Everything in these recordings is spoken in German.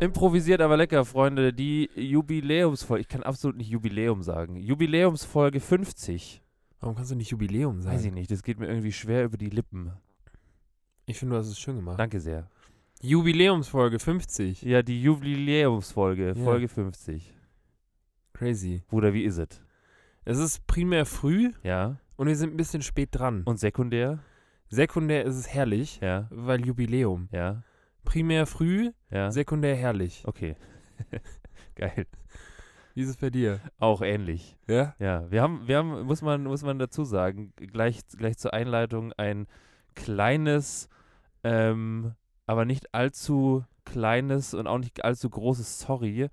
Improvisiert aber lecker, Freunde. Die Jubiläumsfolge, ich kann absolut nicht Jubiläum sagen. Jubiläumsfolge 50. Warum kannst du nicht Jubiläum sagen? Weiß ich nicht, das geht mir irgendwie schwer über die Lippen. Ich finde, du hast es schön gemacht. Danke sehr. Jubiläumsfolge 50. Ja, die Jubiläumsfolge, Ja. Folge 50. Crazy. Bruder, wie ist es? Es ist primär früh Ja. und wir sind ein bisschen spät dran. Und sekundär? Sekundär ist es herrlich, Ja. weil Jubiläum. Ja. Primär früh, Ja. sekundär herrlich. Okay. Geil. Wie ist es bei dir? Auch ähnlich. Ja? Ja, wir haben, wir haben, muss man, muss man dazu sagen, gleich, gleich zur Einleitung ein kleines, ähm, aber nicht allzu kleines und auch nicht allzu großes Sorry.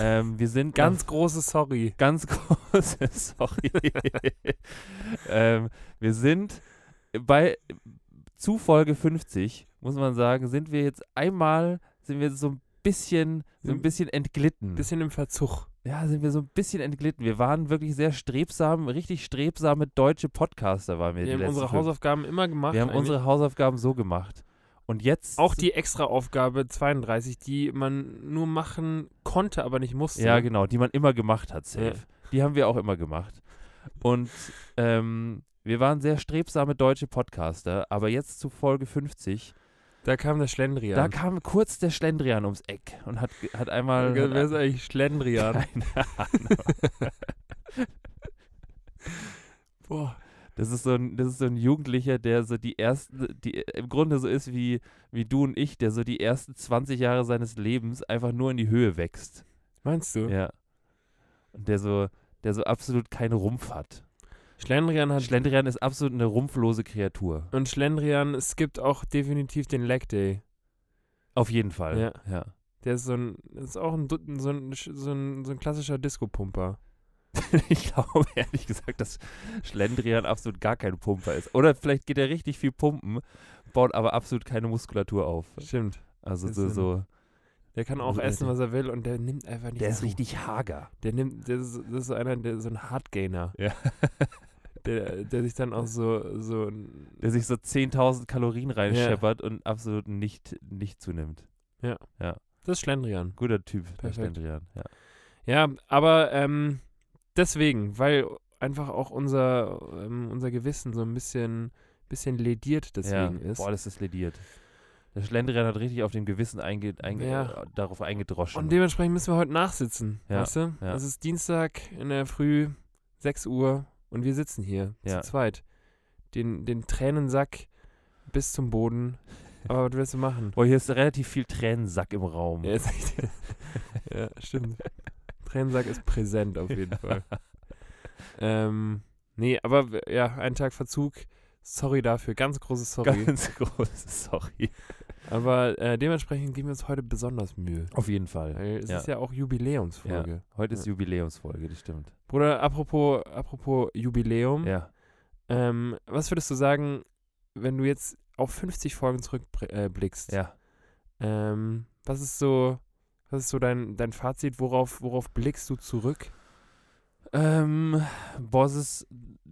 Ähm, wir sind Ganz großes Sorry. ganz großes Sorry. ähm, wir sind bei zu Folge 50, muss man sagen, sind wir jetzt einmal, sind wir so ein bisschen, so ein Sind- bisschen entglitten. Bisschen im Verzug. Ja, sind wir so ein bisschen entglitten. Wir waren wirklich sehr strebsam, richtig strebsame deutsche Podcaster waren wir. Wir die haben letzten unsere fünf- Hausaufgaben immer gemacht. wir haben eigentlich. unsere Hausaufgaben so gemacht. Und jetzt. auch die Extraaufgabe 32, die man nur machen konnte, aber nicht musste. Ja, genau, die man immer gemacht hat, safe. ne? Ja. Die haben wir auch immer gemacht. Und ähm, wir waren sehr strebsame deutsche Podcaster, aber jetzt zu Folge 50, Da kam der Schlendrian. da kam kurz der Schlendrian ums Eck und hat, ge- hat einmal. Wer ist hat, eigentlich Schlendrian? keine Ahnung. Boah. Das ist, so ein, das ist so ein Jugendlicher, der so die ersten, die im Grunde so ist wie, wie du und ich, der so die ersten 20 Jahre seines Lebens einfach nur in die Höhe wächst. Meinst du? Ja. Und der so, der so absolut keinen Rumpf hat. Schlendrian hat. Schlendrian ist absolut eine rumpflose Kreatur. und Schlendrian skippt auch definitiv den Leg Day. Auf jeden Fall. Ja. ja. Der ist so ein. Ist auch ein, Dutt- so ein, so ein, so ein klassischer Disco-Pumper. Ich glaube ehrlich gesagt, dass Schlendrian absolut gar kein Pumper ist. Oder vielleicht geht er richtig viel pumpen, baut aber absolut keine Muskulatur auf. Stimmt. Also Ist so, ein- so Der kann auch Gute essen, Idee. was er will und der nimmt einfach nicht zu. richtig hager. Der nimmt, der ist, das ist so einer, der so ein Hardgainer. Ja. Der, der sich dann auch so, so der sich so 10.000 Kalorien reinscheppert reinscheppert und absolut nicht, nicht zunimmt. Das ist Schlendrian. Guter Typ, der der Perfekt. Schlendrian. Ja. Ja, aber ähm, deswegen, weil einfach auch unser, ähm, unser Gewissen so ein bisschen, bisschen lediert deswegen ist. Boah, das ist lediert. Der Schlendrian hat richtig auf dem Gewissen einge, einge, Ja. äh, darauf eingedroschen. Und dementsprechend müssen wir heute nachsitzen. Ja, Weißt du? ja. Es ist Dienstag in der Früh, 6 Uhr, und wir sitzen hier Ja. zu zweit. Den, den Tränensack bis zum Boden. Aber was willst du machen? Boah, hier ist relativ viel Tränensack im Raum. Ja, ist echt, ja stimmt. Hm. Tränensack ist präsent auf jeden Fall. Ähm, nee, aber w- ja, ein Tag Verzug. Sorry dafür, ganz großes Sorry. Ganz groß, sorry. Aber äh, dementsprechend geben wir uns heute besonders Mühe. Auf jeden Fall. Weil es Ja. ist ja auch Jubiläumsfolge. Heute ist Jubiläumsfolge, das stimmt. Bruder, apropos, apropos Jubiläum, Ja. ähm, was würdest du sagen, wenn du jetzt auf 50 Folgen zurückblickst? Äh, blickst? Ja. ähm, was ist so, was ist so dein, dein Fazit? Worauf, worauf blickst du zurück? Ähm, boah, es ist,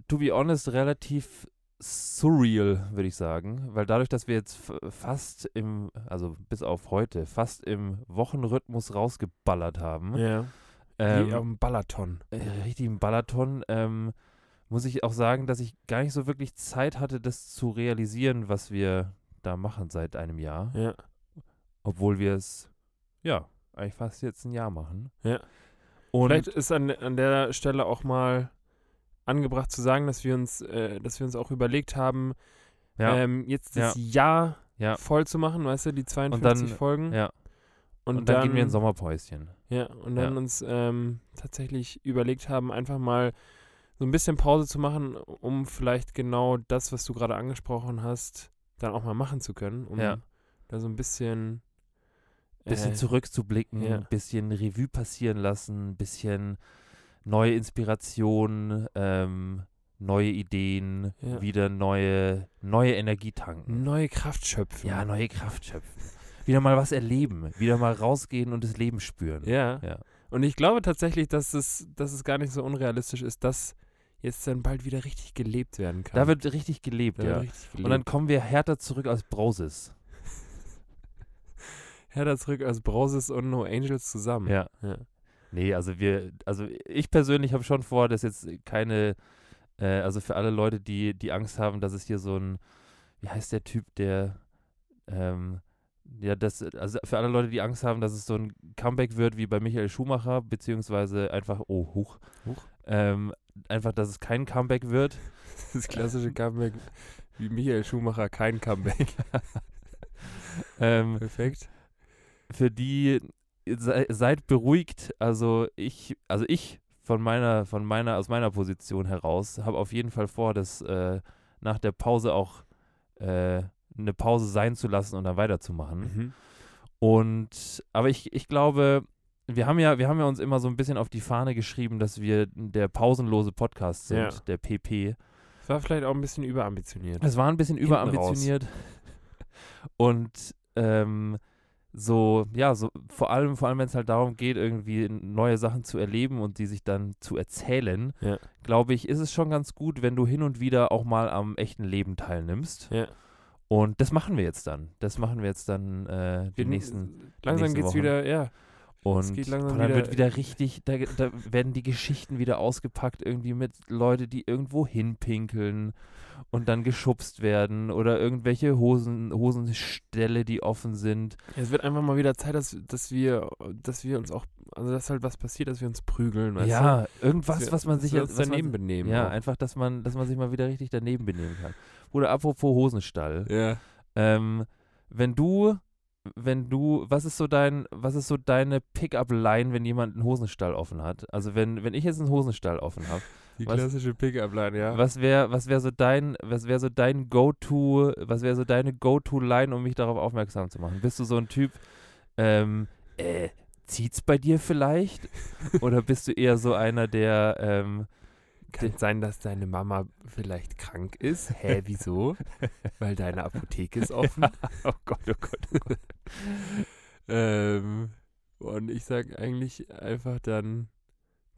to be honest, relativ surreal, würde ich sagen. Weil dadurch, dass wir jetzt f- fast im, also bis auf heute, fast im Wochenrhythmus rausgeballert haben. Ja. ähm, Wie auf dem Ballaton. äh, richtig im Balaton, ähm, muss ich auch sagen, dass ich gar nicht so wirklich Zeit hatte, das zu realisieren, was wir da machen seit einem Jahr. Ja. Obwohl wir es, ja, eigentlich fast jetzt ein Jahr machen. Ja. Und Vielleicht ist an, an der Stelle auch mal angebracht zu sagen, dass wir uns, äh, dass wir uns auch überlegt haben, ja, ähm, jetzt das Jahr Ja. voll zu machen, weißt du, die 52 dann- Folgen. ja. Und, und dann, gehen wir in Sommerpäuschen. Ja, und dann Ja. uns ähm, tatsächlich überlegt haben, einfach mal so ein bisschen Pause zu machen, um vielleicht genau das, was du gerade angesprochen hast, dann auch mal machen zu können, um Ja. da so ein bisschen, Bisschen äh, zurückzublicken, ja. bisschen Revue passieren lassen, bisschen neue Inspirationen, ähm, neue Ideen, Ja. wieder neue, neue Energie tanken. Neue Kraft schöpfen. Ja, neue Kraft schöpfen. Wieder mal was erleben, wieder mal rausgehen und das Leben spüren. Ja. Genau, Ja. Und ich glaube tatsächlich, dass es, dass es gar nicht so unrealistisch ist, dass jetzt dann bald wieder richtig gelebt werden kann. Da wird richtig gelebt, Da wird ja. richtig gelebt. und dann kommen wir härter zurück als Broses. Herder zurück als Broses und No Angels zusammen. Ja. Ja. Nee, also wir, also ich persönlich habe schon vor, dass jetzt keine, äh, also für alle Leute, die, die Angst haben, dass es hier so ein, wie heißt der Typ, der, ähm, ja, das, also für alle Leute, die Angst haben, dass es so ein Comeback wird wie bei Michael Schumacher, beziehungsweise einfach, oh, huch, Huch. Ähm, einfach, dass es kein Comeback wird. Das klassische Comeback wie Michael Schumacher, kein Comeback. Ähm, Perfekt. für die sei, seid beruhigt. Also ich, also ich von meiner, von meiner, aus meiner Position heraus habe auf jeden Fall vor, das äh, nach der Pause auch äh, eine Pause sein zu lassen und dann weiterzumachen. Mhm. Und aber ich, ich glaube, wir haben ja, wir haben ja uns immer so ein bisschen auf die Fahne geschrieben, dass wir der pausenlose Podcast sind, Ja. der PP. Das war vielleicht auch ein bisschen überambitioniert. Es war ein bisschen Hinten raus. überambitioniert. Und ähm, so, ja, so vor allem, vor allem, wenn es halt darum geht, irgendwie neue Sachen zu erleben und die sich dann zu erzählen, Ja. glaube ich, ist es schon ganz gut, wenn du hin und wieder auch mal am echten Leben teilnimmst. Ja. Und das machen wir jetzt dann. Das machen wir jetzt dann äh, den Wir- nächsten. Langsam nächsten geht's Wochen. wieder, ja. Und geht langsam boah, dann wieder- wird wieder richtig, da, da werden die Geschichten wieder ausgepackt, irgendwie mit Leute, die irgendwo hinpinkeln und dann geschubst werden oder irgendwelche Hosen, Hosenställe, die offen sind. Es wird einfach mal wieder Zeit, dass, dass wir, dass wir uns auch, also dass halt was passiert, dass wir uns prügeln, weißt du? ja, Dass irgendwas, wir- was man dass sich wir ja- uns was daneben man, benehmen. Ja, auch. einfach, dass man, dass man sich mal wieder richtig daneben benehmen kann. Oder apropos Hosenstall. ja. Ähm, wenn du, wenn du, was ist so dein, was ist so deine Pickup-Line, wenn jemand einen Hosenstall offen hat? Also wenn, wenn ich jetzt einen Hosenstall offen habe, Die Was- klassische Pickup-Line, ja. Was wäre was wär so dein, was wäre so dein Go-To, was wäre so deine Go-To-Line, um mich darauf aufmerksam zu machen? Bist du so ein Typ, ähm, äh, zieht's bei dir vielleicht? Oder bist du eher so einer, der, ähm, Kann sein, dass deine Mama vielleicht krank ist. Hä, wieso? Weil deine Apotheke ist offen. oh Gott, oh Gott, oh Gott. ähm, und ich sage eigentlich einfach dann,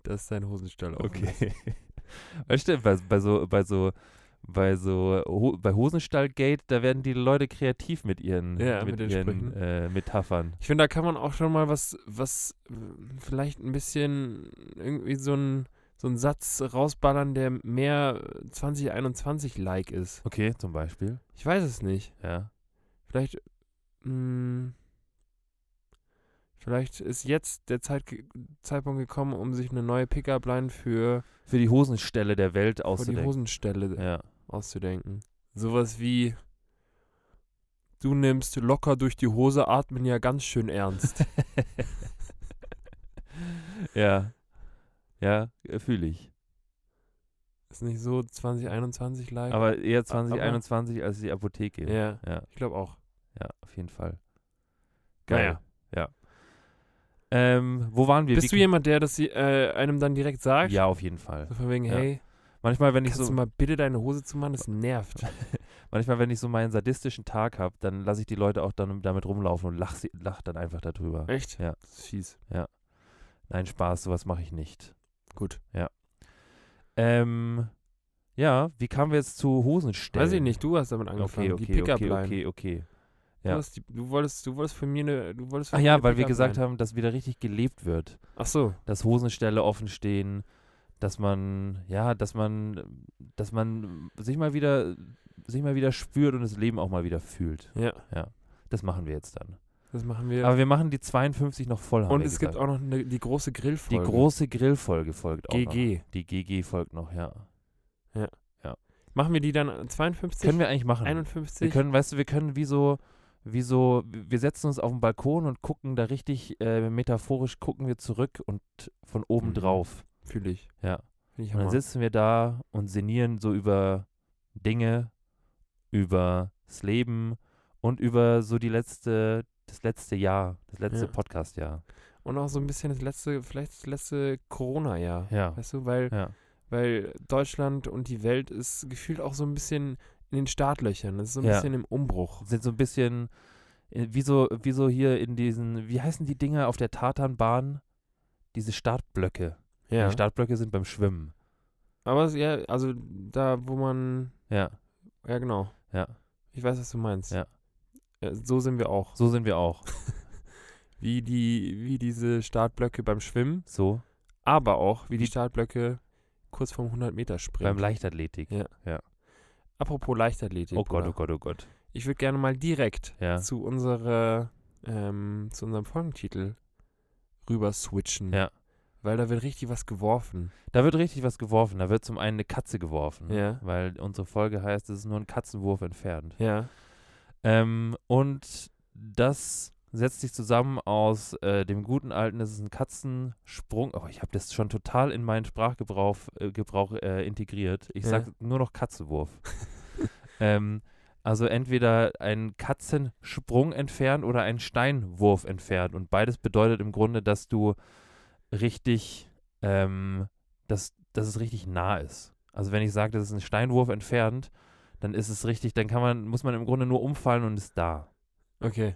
dass dein Hosenstall offen ist. weißt du, bei, bei so, bei so, bei so, Ho bei Hosenstallgate, da werden die Leute kreativ mit ihren, Ja, mit den ihren Sprüchen. äh, Metaphern. Ich finde, da kann man auch schon mal was, was mh, vielleicht ein bisschen irgendwie so ein so einen Satz rausballern, der mehr äh, 2021-like ist. Okay, zum Beispiel, Ich weiß es nicht. ja. Vielleicht, mh, vielleicht ist jetzt der Zeit, Zeitpunkt gekommen, um sich eine neue Pickup-Line für, Für die Hosenstelle der Welt für die auszudenken. Hosenstelle äh, ja. auszudenken. Sowas wie, du nimmst locker durch die Hose, atmen ja ganz schön ernst. Ja. Ja, fühle ich. ist nicht so 2021 live? Aber eher aber- 2021 als die Apotheke. Ja, ja, ja, ich glaube auch. auf jeden Fall. Geil. Ja. Ähm, wo waren wir? Bist du Wie- jemand, der das äh, einem dann direkt sagt? Ja, auf jeden Fall. So von wegen, Ja. hey, Manchmal, wenn ich kannst so, du mal bitte deine Hose zumachen? Das nervt. manchmal, wenn ich so meinen sadistischen Tag habe, dann lasse ich die Leute auch dann damit rumlaufen und lach, sie, lach dann einfach darüber. Echt? Ja. Das ist fies. Nein, Spaß, sowas mache ich nicht. Gut. Ähm, ja, wie kamen wir jetzt zu Hosenstellen? Weiß ich nicht, du hast damit angefangen. Äh, Okay, die okay, okay, Pickup-Line. okay, okay. Du, Ja. hast die, du wolltest, du wolltest von mir eine, du wolltest. Ach Von ja, weil wir gesagt haben, dass wieder richtig gelebt wird. Ach so, dass Hosenställe offen stehen, dass man, ja, dass man, dass man sich mal wieder, sich mal wieder spürt und das Leben auch mal wieder fühlt. ja, Das machen wir jetzt dann. das machen wir. Aber wir machen die 52 noch voll. Haben Und wir es gesagt. gibt auch noch eine, die große die Grillfolge. große Grillfolge folgt auch noch. GG. Die GG folgt noch, ja. Machen wir die dann 52? Können wir eigentlich machen. wir 51? können, weißt du, wir können wie so, wie so, wir setzen uns auf den Balkon und gucken da richtig äh, metaphorisch gucken wir zurück und von oben Mhm. drauf. Fühle ich. Ja. Finde ich Und dann Hammer. sitzen wir da und sinnieren so über Dinge, über das Leben und über so die letzte, das letzte Jahr, das letzte Ja. Podcast-Jahr. und auch so ein bisschen das letzte, vielleicht das letzte Corona-Jahr. Ja. Weißt du, weil, Ja. weil Deutschland und die Welt ist gefühlt auch so ein bisschen in den Startlöchern. Es ist so ein Ja. bisschen im Umbruch. Sind so ein bisschen, äh, wie so, wie so hier in diesen, wie heißen die Dinger auf der Tatanbahn? Diese Startblöcke. Die Startblöcke sind beim Schwimmen. Aber es- ja, also da, wo man. Ja, Ja, genau. ja. Ich weiß, was du meinst. Ja. Äh, So sind wir auch. So sind wir auch. Wie, die, wie diese Startblöcke beim Schwimmen, So, aber auch wie die Startblöcke kurz vorm 100-Meter-Sprint. beim Leichtathletik. Ja. Apropos Leichtathletik. Oh Gott, Bruder. oh Gott, oh Gott. Ich würde gerne mal direkt Ja. zu, unserer, ähm, zu unserem Folgentitel rüber switchen. Ja. Weil da wird richtig was geworfen. Da wird richtig was geworfen. Da wird zum einen eine Katze geworfen. Ja. Weil unsere Folge heißt, es ist nur ein Katzenwurf entfernt. Ja. Ähm, und das setzt sich zusammen aus äh, dem guten alten, es ist ein Katzensprung. Oh, ich habe das schon total in meinen Sprachgebrauch äh, Gebrauch, äh, integriert. Ich Ja. sage nur noch Katzenwurf. ähm, also entweder ein Katzensprung entfernt oder ein Steinwurf entfernt. Und beides bedeutet im Grunde, dass du richtig, ähm, dass, dass es richtig nah ist. Also wenn ich sage, das ist ein Steinwurf entfernt, dann ist es richtig, dann kann man, muss man im Grunde nur umfallen und ist da. Okay.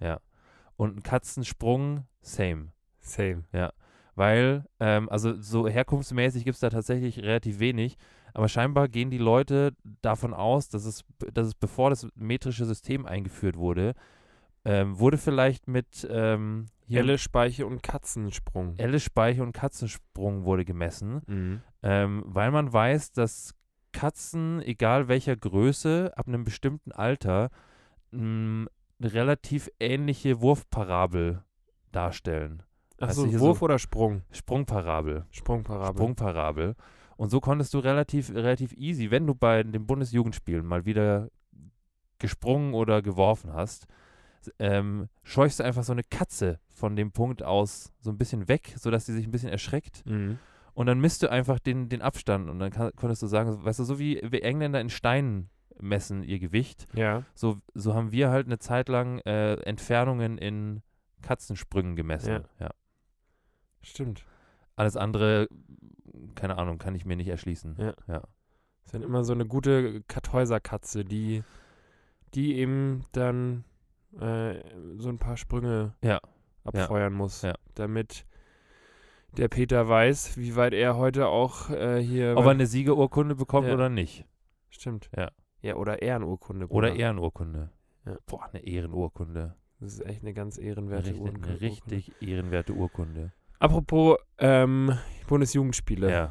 Und ein Katzensprung, same. Same. Weil, ähm, also so herkunftsmäßig gibt es da tatsächlich relativ wenig, aber scheinbar gehen die Leute davon aus, dass es, dass es bevor das metrische System eingeführt wurde, ähm, wurde vielleicht mit ähm, hier Helle Speiche und Katzensprung. Elle-Speiche und Katzensprung wurde gemessen, Mhm. ähm, weil man weiß, dass Katzen, egal welcher Größe, ab einem bestimmten Alter mh, eine relativ ähnliche Wurfparabel darstellen. Also Achso, hier Wurf so- oder Sprung? Sprungparabel. Sprungparabel. Sprungparabel. Und so konntest du relativ, relativ easy, wenn du bei den Bundesjugendspielen mal wieder gesprungen oder geworfen hast, s- ähm, scheuchst du einfach so eine Katze von dem Punkt aus so ein bisschen weg, sodass sie sich ein bisschen erschreckt. Mhm. Und dann misst du einfach den, den Abstand und dann kann, konntest du sagen, so- weißt du, so wie, wie Engländer in Steinen messen ihr Gewicht, Ja. so, so haben wir halt eine Zeit lang äh, Entfernungen in Katzensprüngen gemessen. ja. Stimmt. Alles andere, keine Ahnung, kann ich mir nicht erschließen. Ja. Ist dann immer so eine gute Kartäuserkatze, die, die eben dann äh, so ein paar Sprünge Ja. abfeuern muss, Ja. damit der Peter weiß, wie weit er heute auch äh, hier. Ob er eine Siegerurkunde bekommt Ja. oder nicht. stimmt. Ja. Ja, oder Ehrenurkunde. Oder Bruder. Ehrenurkunde. Ja. Boah, eine Ehrenurkunde. Das ist echt eine ganz Eine ehrenwerte richtig, eine Urkunde. richtig ehrenwerte Urkunde. Apropos ähm, Bundesjugendspiele. Ja.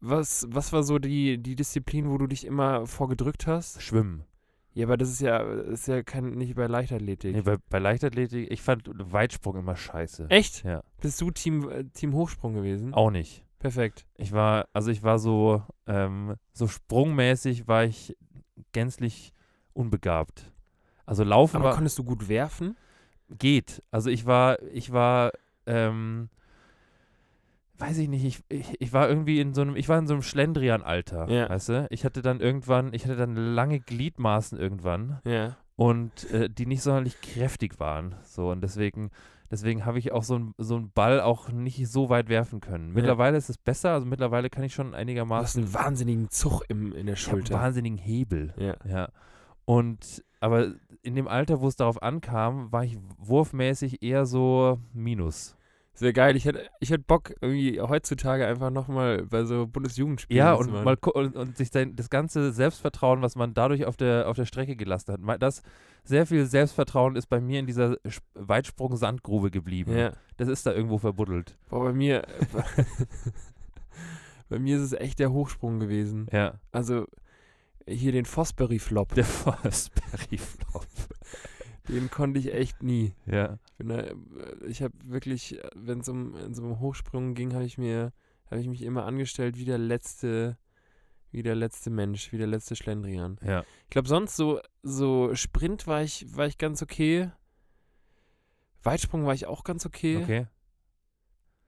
Was, was war so die, die Disziplin, wo du dich immer vorgedrückt hast? Schwimmen. Ja, aber das ist ja, das ist ja kein, nicht bei Leichtathletik. Nee, bei, bei Leichtathletik, ich fand Weitsprung immer scheiße. Echt? Ja. Bist du Team, äh, Team Hochsprung gewesen? Auch nicht. Perfekt. Ich war, also ich war so, ähm, so sprungmäßig war ich gänzlich unbegabt. Also laufen Aber war, konntest du gut werfen? geht. Also ich war, ich war, ähm, weiß ich nicht, ich, ich, ich war irgendwie in so einem, ich war in so einem Schlendrian-Alter, Ja. weißt du? Ich hatte dann irgendwann, ich hatte dann lange Gliedmaßen irgendwann Ja. und äh, die nicht sonderlich kräftig waren. So und deswegen, deswegen habe ich auch so, ein, so einen Ball auch nicht so weit werfen können. Mittlerweile ist es besser, also mittlerweile kann ich schon Du einigermaßen hast einen wahnsinnigen Zug im, in der ich hab einen Schulter. wahnsinnigen Hebel. Ja. Ja. Und, aber in dem Alter, wo es darauf ankam, war ich wurfmäßig eher so minus. Sehr geil. Ich hätte ich hätt Bock, irgendwie heutzutage einfach nochmal bei so Bundesjugendspielen Ja, zu und, machen. mal, gu- und, und sich sein, das ganze Selbstvertrauen, was man dadurch auf der, auf der Strecke gelassen hat, mal- das sehr viel Selbstvertrauen ist bei mir in dieser Sch- Weitsprung-Sandgrube geblieben. Ja. Das ist da irgendwo verbuddelt. Boah, bei mir. bei mir ist es echt der Hochsprung gewesen. Ja. Also hier den Fosbury-Flop. Der Forstberry-Flop. Den konnte ich echt nie. Ja. Ich bin da, äh, ich habe wirklich, wenn es um, wenn's um Hochsprung ging, habe ich mir, habe ich mich immer angestellt wie der letzte, wie der letzte Mensch, wie der letzte Schlendrian. Ja. Ich glaube sonst so, so Sprint war ich, war ich ganz okay. Weitsprung war ich auch ganz okay. Okay.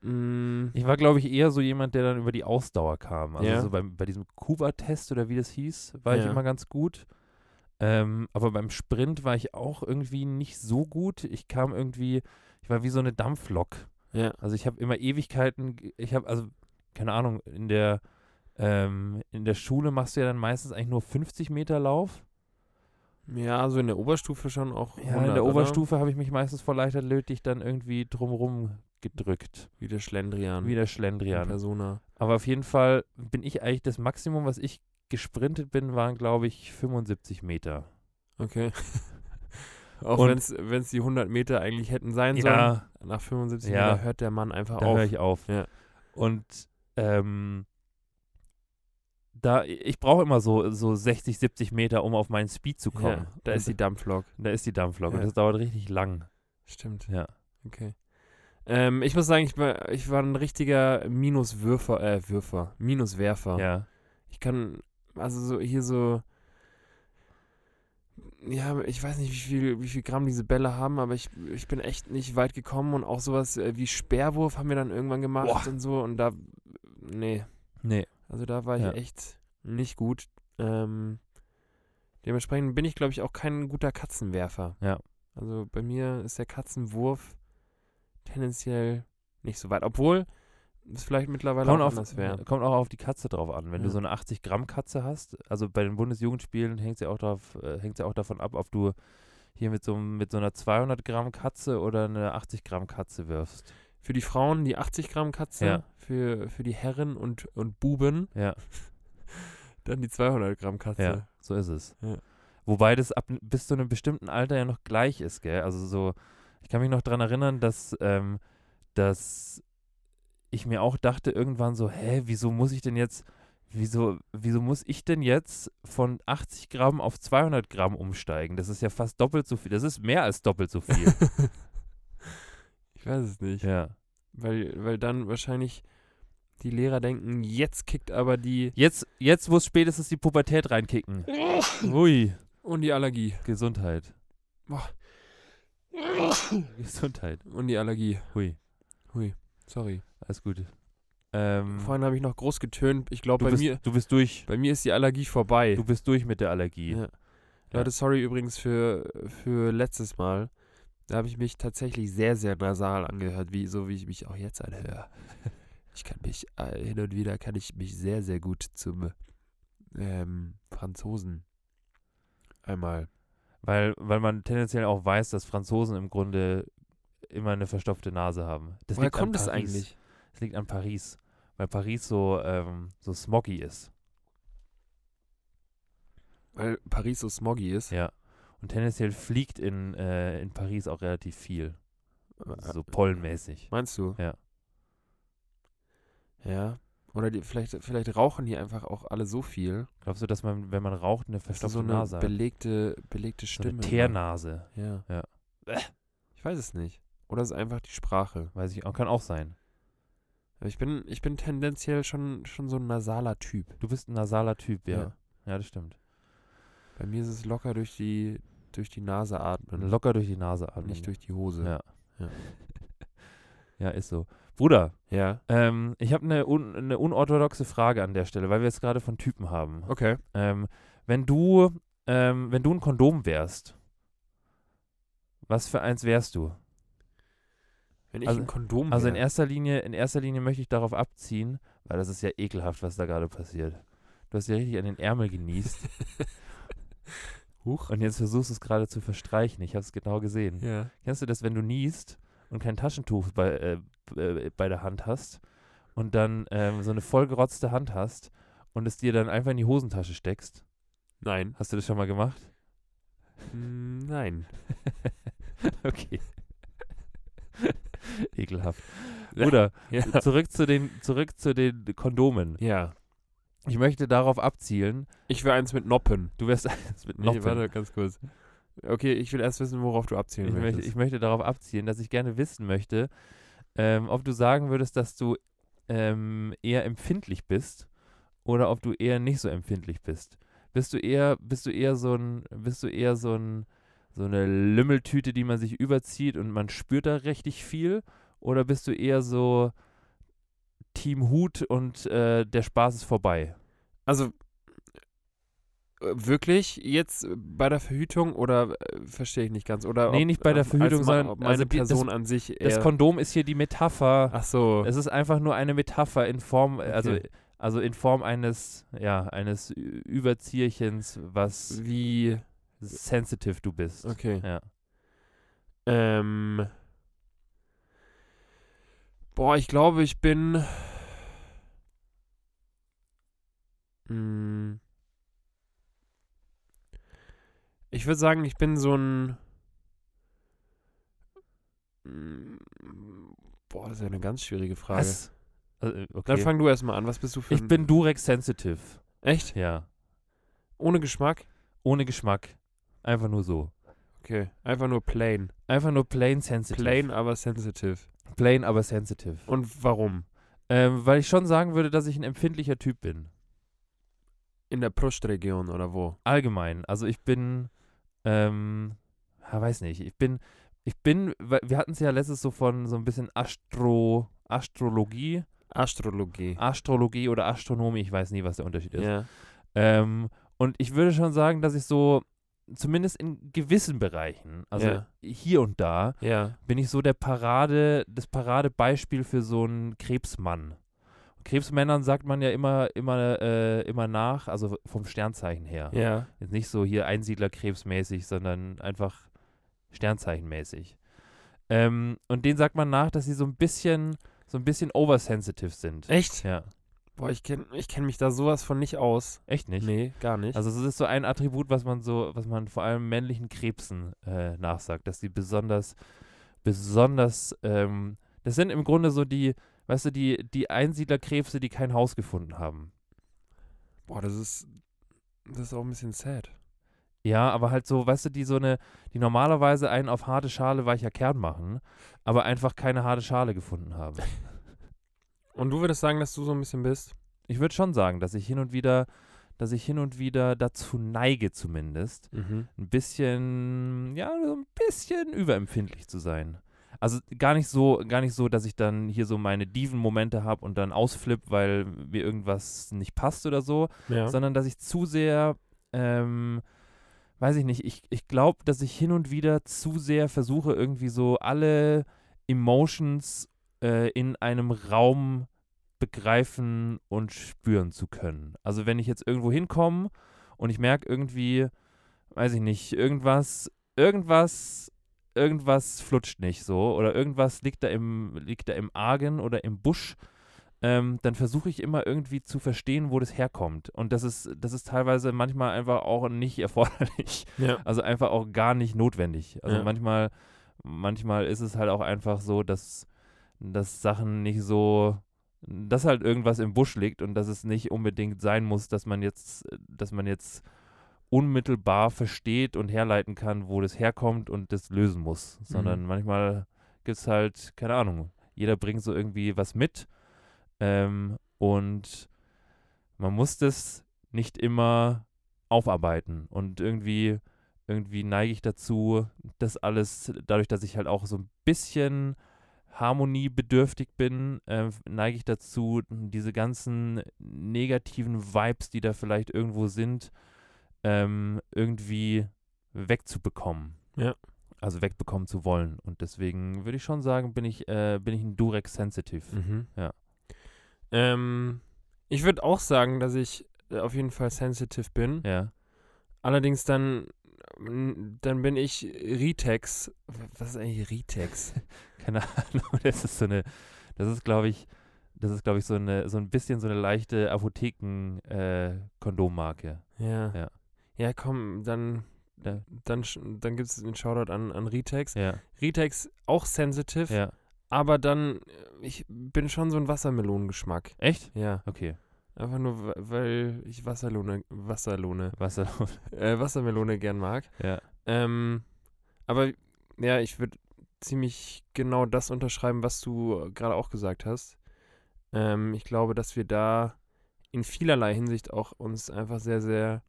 Mm, Ich war, glaube ich, eher so jemand, der dann über die Ausdauer kam. Also Ja. so beim, bei diesem Kuba-Test oder wie das hieß, war ich Ja. immer ganz gut. Ähm, aber beim Sprint war ich auch irgendwie nicht so gut. Ich kam irgendwie, ich war wie so eine Dampflok. Ja. Also ich habe immer Ewigkeiten, ge- ich habe, also, keine Ahnung, in der, ähm, in der Schule machst du ja dann meistens eigentlich nur 50 Meter Lauf. Ja, so in der Oberstufe schon auch. Ja, in 100, der oder? Oberstufe habe ich mich meistens vor Leichtathletik dann irgendwie drumrum gedrückt. Wie der Schlendrian. Wie der der Schlendrian. Persona. Aber auf jeden Fall bin ich eigentlich das Maximum, was ich gesprintet bin, waren glaube ich 75 Meter. Okay. auch Und- wenn es die 100 Meter eigentlich hätten sein sollen. Ja, Nach 75 Ja. Meter hört der Mann einfach da auf. höre ich auf. Ja. Und ähm, da, ich brauche immer so, so 60, 70 Meter, um auf meinen Speed zu kommen. ja, da ist die und, Dampflok. da ist die Dampflok Ja. und das dauert richtig lang. Stimmt. Ja. Okay. Ähm, ich muss sagen, ich war, ich war ein richtiger Minuswürfer, äh, Würfer, Minuswerfer. Ja. Ich kann, also so hier so, ja, ich weiß nicht, wie viel, wie viel Gramm diese Bälle haben, aber ich, ich bin echt nicht weit gekommen und auch sowas äh, wie Speerwurf haben wir dann irgendwann gemacht Boah. und so und da, nee, Nee. also da war ich Ja. echt nicht gut. Ähm, dementsprechend bin ich, glaube ich, auch kein guter Katzenwerfer. Ja. Also bei mir ist der Katzenwurf tendenziell nicht so weit, obwohl es vielleicht mittlerweile Kommt, auch auf, äh, anders wäre. kommt auch auf die Katze drauf an. Wenn du Ja. so eine 80 Gramm Katze hast, also bei den Bundesjugendspielen hängt es ja auch drauf, äh, hängt's ja auch davon ab, ob du hier mit so, einem- mit so einer 200 Gramm Katze oder eine 80 Gramm Katze wirfst. Für die Frauen die 80 Gramm Katze, Ja. für, für die Herren und, und Buben Ja. dann die 200 Gramm Katze. Ja, so ist es. Ja. Wobei das ab, bis zu einem bestimmten Alter ja noch gleich ist, gell? Also so, ich kann mich noch dran erinnern, dass, ähm, dass ich mir auch dachte irgendwann so, hä, wieso muss ich denn jetzt, wieso, wieso muss ich denn jetzt von 80 Gramm auf 200 Gramm umsteigen? Das ist ja fast doppelt so viel. Das ist mehr als doppelt so viel. Ich weiß es nicht, ja. weil, weil dann wahrscheinlich die Lehrer denken, jetzt kickt aber die Jetzt, jetzt muss spätestens die Pubertät reinkicken. Ui, und die Allergie. Gesundheit. Boah. Gesundheit. Und die Allergie. Hui, Sorry. alles gut. Ähm, Vorhin habe ich noch groß getönt. Ich Du glaube, bei bist, mir, du bist durch. bei mir ist die Allergie vorbei. Du bist durch mit der Allergie. Ja. Leute, sorry übrigens für, für letztes Mal. Da habe ich mich tatsächlich sehr, sehr nasal angehört, wie, so wie ich mich auch jetzt anhöre. Ich kann mich, äh, hin und wieder kann ich mich sehr, sehr gut zum ähm, Franzosen einmal. Weil, weil man tendenziell auch weiß, dass Franzosen im Grunde immer eine verstopfte Nase haben. Das Woher liegt an kommt das Paris. eigentlich? Das liegt an Paris. Weil Paris so, ähm, so smoggy ist. Weil Paris so smoggy ist. Ja. Und tendenziell fliegt in, äh, in Paris auch relativ viel. Äh, So pollenmäßig. Meinst du? Ja. Ja. Oder die, vielleicht, vielleicht rauchen die einfach auch alle so viel. Glaubst du, dass man, wenn man raucht, eine dass du verstopfte so eine Nase hat? belegte, belegte so eine Stimme. Teernase. Ja. Ja. Ich weiß es nicht. Oder es ist einfach die Sprache. Weiß ich auch, kann auch sein. Aber ich bin, ich bin tendenziell schon, schon so ein nasaler Typ. Du bist ein nasaler Typ, ja. Ja, Ja. das stimmt. Bei mir ist es locker durch die, durch die Nase atmen. Locker durch die Nase atmen. nicht durch die Hose. Ja. Ja. ja, ist so. Bruder, Ja. Ähm, ich habe eine, un eine unorthodoxe Frage an der Stelle, weil wir es gerade von Typen haben. Okay. Ähm, wenn du, ähm, wenn du ein Kondom wärst, was für eins wärst du? Wenn ich Also- ein Kondom Also in wär, erster Linie, in erster Linie möchte ich darauf abziehen, weil das ist ja ekelhaft, was da gerade passiert. Du hast ja richtig an den Ärmel genießt Huch. und jetzt versuchst du es gerade zu verstreichen. Ich habe es genau gesehen. Ja. Kennst du das, wenn du niest und kein Taschentuch bei, äh, b- äh, bei der Hand hast und dann ähm, so eine vollgerotzte Hand hast und es dir dann einfach in die Hosentasche steckst? Nein. Hast du das schon mal gemacht? Mm, Nein. Okay. Ekelhaft. Bruder, Ja. zurück zu den, zurück zu den Kondomen. ja. Ich möchte darauf abzielen. Ich wäre eins mit Noppen. Du wirst eins mit Nee, Noppen. warte, ganz kurz. Okay, ich will erst wissen, worauf du abzielen ich, möchte, möchtest. ich möchte darauf abzielen, dass ich gerne wissen möchte, ähm, ob du sagen würdest, dass du ähm, eher empfindlich bist oder ob du eher nicht so empfindlich bist. Bist du eher, bist du eher so ein, bist du eher so ein, so eine Lümmeltüte, die man sich überzieht und man spürt da richtig viel? Oder bist du eher so Team Hut und äh, der Spaß ist vorbei? also, äh, wirklich jetzt bei der Verhütung oder äh, verstehe ich nicht ganz oder Nee, nicht bei der als Verhütung, ma- sondern- ob meine also die- das- Person an sich Das eher, Kondom ist hier die Metapher. Ach so. Es ist einfach nur eine Metapher in Form, also, also in Form eines, ja, eines Ü- Überzierchens, was wie sensitive du bist. okay. Ja. Ähm Boah, ich glaube, ich bin Mm. Ich würde sagen, ich bin so ein Mm, Boah, das ist ja eine ganz schwierige Frage. Was? Also, äh, Dann okay. fang du erstmal an. Was bist du für Ich ein- bin Durex sensitive. echt Ja. ohne Geschmack? Ohne Geschmack. Einfach nur so. Okay, einfach nur plain. Einfach nur plain sensitive. Plain, aber sensitive. Plain aber sensitive. Und warum? Ähm, weil ich schon sagen würde, dass ich ein empfindlicher Typ bin. In der Brustregion oder wo? Allgemein. Also ich bin, ähm, ja, weiß nicht, ich bin, ich bin, weil wir hatten es ja letztes so von so ein bisschen Astro, Astrologie, Astrologie. Astrologie oder Astronomie, ich weiß nie, was der Unterschied ist. Ja. Ähm, und ich würde schon sagen, dass ich so, zumindest in gewissen Bereichen, also Ja. hier und da, Ja. bin ich so der Parade, das Paradebeispiel für so einen Krebsmann. Krebsmännern sagt man ja immer, immer, äh, immer nach, also vom Sternzeichen her. Ja. Jetzt nicht so hier Einsiedlerkrebsmäßig, sondern einfach Sternzeichenmäßig. Ähm, und denen sagt man nach, dass sie so ein bisschen, so ein bisschen oversensitive sind. Echt? Ja, Boah, ich kenne ich kenn mich da sowas von nicht aus. echt nicht. Nee, gar nicht. Also es ist so ein Attribut, was man so, was man vor allem männlichen Krebsen äh, nachsagt, dass die besonders, besonders, ähm, das sind im Grunde so die, weißt du, die, die Einsiedlerkrebse, die kein Haus gefunden haben. boah, das ist, das ist auch ein bisschen sad. Ja, aber halt so, weißt du, die so eine, die normalerweise einen auf harte Schale weicher Kern machen, aber einfach keine harte Schale gefunden haben. Und du würdest sagen, dass du so ein bisschen bist? Ich würde schon sagen, dass ich hin und wieder, dass ich hin und wieder dazu neige zumindest, Mhm. ein bisschen, ja, so ein bisschen überempfindlich zu sein. Also gar nicht so, gar nicht so, dass ich dann hier so meine Diven-Momente habe und dann ausflipp, weil mir irgendwas nicht passt oder so, Ja. sondern dass ich zu sehr, ähm, weiß ich nicht, ich, ich glaube, dass ich hin und wieder zu sehr versuche, irgendwie so alle Emotions äh, in einem Raum begreifen und spüren zu können. Also wenn ich jetzt irgendwo hinkomme und ich merke irgendwie, weiß ich nicht, irgendwas, irgendwas, irgendwas flutscht nicht so oder irgendwas liegt da im, liegt da im Argen oder im Busch, ähm, dann versuche ich immer irgendwie zu verstehen, wo das herkommt. Und das ist, das ist teilweise manchmal einfach auch nicht erforderlich. ja. Also einfach auch gar nicht notwendig. Also Ja. manchmal, manchmal ist es halt auch einfach so, dass, dass Sachen nicht so, dass halt irgendwas im Busch liegt und dass es nicht unbedingt sein muss, dass man jetzt, dass man jetzt unmittelbar versteht und herleiten kann, wo das herkommt und das lösen muss. Mhm. Sondern manchmal gibt es halt, keine Ahnung, jeder bringt so irgendwie was mit ähm, und man muss das nicht immer aufarbeiten und irgendwie irgendwie neige ich dazu, das alles, dadurch, dass ich halt auch so ein bisschen harmoniebedürftig bin, äh, neige ich dazu, diese ganzen negativen Vibes, die da vielleicht irgendwo sind, ähm, irgendwie wegzubekommen. Ja. Also wegbekommen zu wollen. Und deswegen würde ich schon sagen, bin ich, äh, bin ich ein Durex-Sensitive. Mhm. Ja. Ähm, ich würde auch sagen, dass ich äh, auf jeden Fall sensitive bin. Ja. Allerdings dann, m, dann bin ich Retex. Was ist eigentlich Retex? Keine Ahnung, das ist so eine, das ist glaube ich, das ist glaube ich so eine, so ein bisschen so eine leichte äh, Apotheken-Kondommarke. ja. Ja. Ja, komm, dann, Ja. dann, sch- dann gibt es einen Shoutout an, an Retex. Ja, Retex auch sensitive, ja. aber dann, äh, ich bin schon so ein Wassermelonengeschmack. Echt? Ja, Okay. einfach nur, we- weil ich Wasserlone, Wasserlone, Wasser. äh, Wassermelone gern mag. Ja. Ähm, aber ja, ich würde ziemlich genau das unterschreiben, was du gerade auch gesagt hast. Ähm, ich glaube, dass wir da in vielerlei Hinsicht auch uns einfach sehr, sehr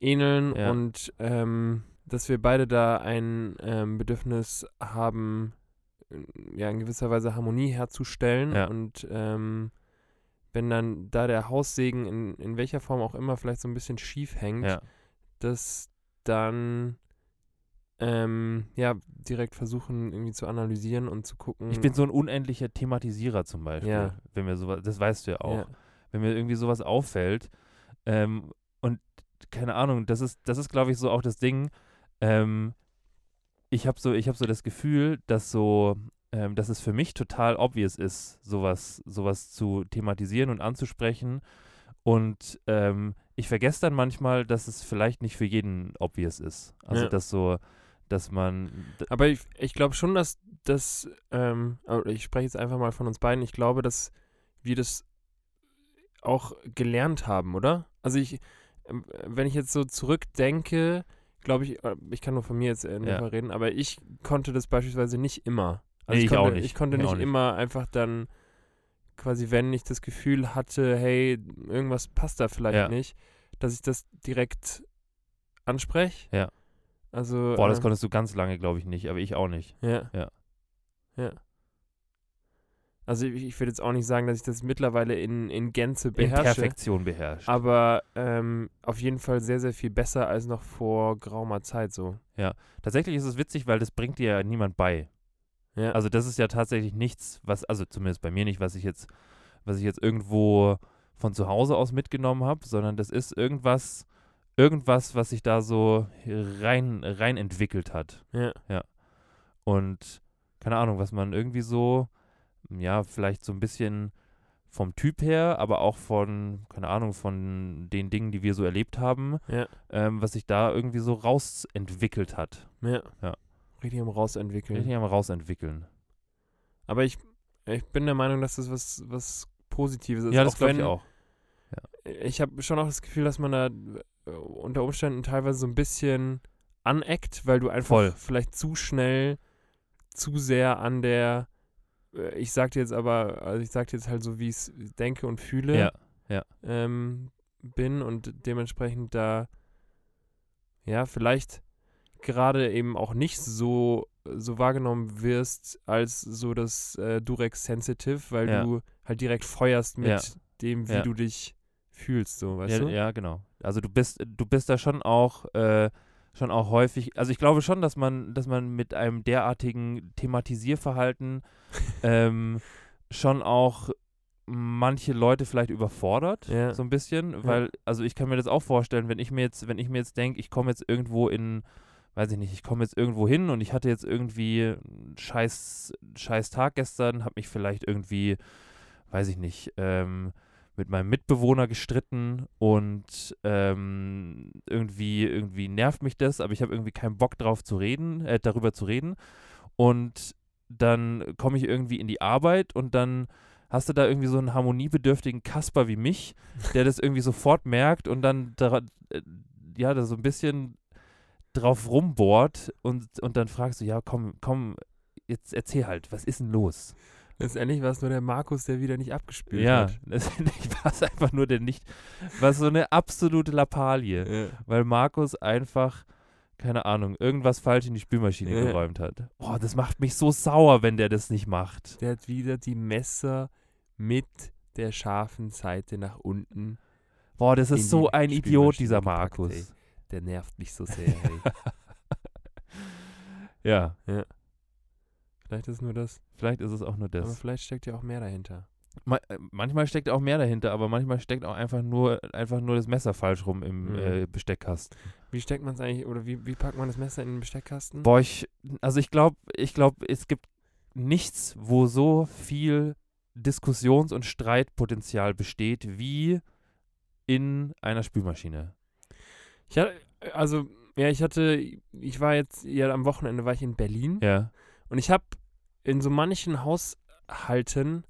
ähneln Ja. und ähm, dass wir beide da ein ähm, Bedürfnis äh, haben, ja, in gewisser Weise Harmonie herzustellen Ja. und ähm, wenn dann da der Haussegen in, in welcher Form auch immer vielleicht so ein bisschen schief hängt, Ja. dass dann ähm, ja direkt versuchen irgendwie zu analysieren und zu gucken. Ich bin so ein unendlicher Thematisierer zum Beispiel. Ja. Wenn mir sowas, das weißt du ja auch. Ja. Wenn mir irgendwie sowas auffällt, ähm, und keine Ahnung, das ist, das ist, glaube ich, so auch das Ding. Ähm, ich habe so, ich habe so das Gefühl, dass so, ähm, dass es für mich total obvious ist, sowas, sowas zu thematisieren und anzusprechen. Und ähm, ich vergesse dann manchmal, dass es vielleicht nicht für jeden obvious ist. Also Ja. dass so, dass man, d- Aber ich, ich glaube schon, dass das, ähm, aber ich spreche jetzt einfach mal von uns beiden, ich glaube, dass wir das auch gelernt haben, oder? Also ich, ähm, wenn ich jetzt so zurückdenke, glaube ich, äh, ich kann nur von mir jetzt äh, nicht Ja. mal reden, aber ich konnte das beispielsweise nicht immer. Nee, Also ich, ich auch konnte, nicht. Ich konnte Nee, nicht, auch nicht. immer einfach dann quasi, wenn ich das Gefühl hatte, hey, irgendwas passt da vielleicht Ja. nicht, dass ich das direkt anspreche. Ja. Also boah, das ähm, konntest du ganz lange, glaube ich, nicht, aber ich auch nicht. ja. Ja. Ja. Also ich, ich würde jetzt auch nicht sagen, dass ich das mittlerweile in, in Gänze in beherrsche. Perfektion beherrscht. aber ähm, auf jeden Fall sehr, sehr viel besser als noch vor graumer Zeit so. Tatsächlich ist es witzig, weil das bringt dir ja niemand bei. Ja. Also das ist ja tatsächlich nichts, was, also zumindest bei mir nicht, was ich jetzt, was ich jetzt irgendwo von zu Hause aus mitgenommen habe, sondern das ist irgendwas, irgendwas, was sich da so rein, rein entwickelt hat. ja. Und keine Ahnung, was man irgendwie so, ja, vielleicht so ein bisschen vom Typ her, aber auch von, keine Ahnung, von den Dingen, die wir so erlebt haben, Ja. ähm, was sich da irgendwie so rausentwickelt hat. Ja. Ja. Richtig am Rausentwickeln. Richtig am rausentwickeln. Aber ich, ich bin der Meinung, dass das was, was Positives ist. ja, das auch glaube wenn- ich auch. ich habe schon auch das Gefühl, dass man da äh, unter Umständen teilweise so ein bisschen aneckt, weil du einfach Voll. vielleicht zu schnell, zu sehr an der, äh, ich sag dir jetzt aber, also ich sag dir jetzt halt so, wie ich es denke und fühle, Ja, ähm, bin und dementsprechend da, ja, vielleicht gerade eben auch nicht so, so wahrgenommen wirst als so das äh, Durex Sensitive, weil Ja. du halt direkt feuerst mit Ja. dem, wie Ja. du dich fühlst, so, weißt ja, du? ja, genau. Also du bist, du bist da schon auch, äh, schon auch häufig, also ich glaube schon, dass man, dass man mit einem derartigen Thematisierverhalten ähm, schon auch manche Leute vielleicht überfordert, Ja. so ein bisschen, weil, also ich kann mir das auch vorstellen, wenn ich mir jetzt, wenn ich mir jetzt denke, ich komme jetzt irgendwo in, weiß ich nicht, ich komme jetzt irgendwo hin und ich hatte jetzt irgendwie einen scheiß, scheiß Tag gestern, habe mich vielleicht irgendwie, weiß ich nicht, ähm, mit meinem Mitbewohner gestritten und ähm, irgendwie, irgendwie nervt mich das, aber ich habe irgendwie keinen Bock drauf zu reden, äh, darüber zu reden. Und dann komme ich irgendwie in die Arbeit und dann hast du da irgendwie so einen harmoniebedürftigen Kasper wie mich, der das irgendwie sofort merkt und dann dara- äh, ja, da so ein bisschen drauf rumbohrt und, und dann fragst du, ja, komm, komm, jetzt erzähl halt, was ist denn los? Letztendlich war es nur der Markus, der wieder nicht abgespielt Ja, hat. letztendlich war es einfach nur der nicht, war so eine absolute Lappalie, weil Markus einfach, keine Ahnung, irgendwas falsch in die Spülmaschine Ja. geräumt hat. Oh, das macht mich so sauer, wenn der das nicht macht. Der hat wieder die Messer mit der scharfen Seite nach unten. Boah, das In ist so die ein Idiot, Spülmaschine dieser gepackt, Markus. Der nervt mich so sehr. Ey. Ja, vielleicht ist nur das. vielleicht ist es auch nur Aber das. vielleicht steckt ja auch mehr dahinter. Ma äh, manchmal steckt auch mehr dahinter, aber manchmal steckt auch einfach nur, einfach nur das Messer falsch rum im Mhm. äh, Besteckkasten. Wie steckt man es eigentlich, oder wie, wie packt man das Messer in den Besteckkasten? Boah, ich, also ich glaube, ich glaube, es gibt nichts, wo so viel Diskussions- und Streitpotenzial besteht wie in einer Spülmaschine. Ich hatte, also, ja, ich hatte, ich war jetzt, ja, am Wochenende war ich in Berlin. Ja. Und ich habe in so manchen Haushalten,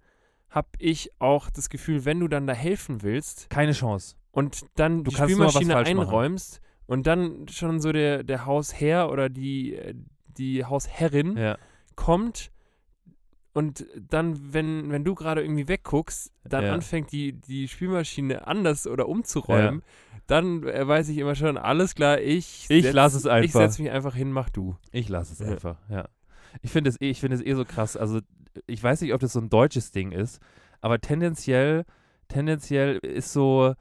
habe ich auch das Gefühl, wenn du dann da helfen willst, Keine Chance. und dann Du die kannst nur was Spülmaschine falsch machen. einräumst und dann schon so der, der Hausherr oder die, äh, die Hausherrin Ja. kommt und dann, wenn, wenn du gerade irgendwie wegguckst, dann Ja. anfängt die, die Spülmaschine anders oder umzuräumen, dann äh, weiß ich immer schon, alles klar, ich, Ich setz- lass es Ich einfach. setze mich einfach hin, mach du. Ich lasse es Ja. einfach, ja. Ich finde es eh, ich finde es eh so krass. Also ich weiß nicht, ob das so ein deutsches Ding ist, aber tendenziell, tendenziell ist so,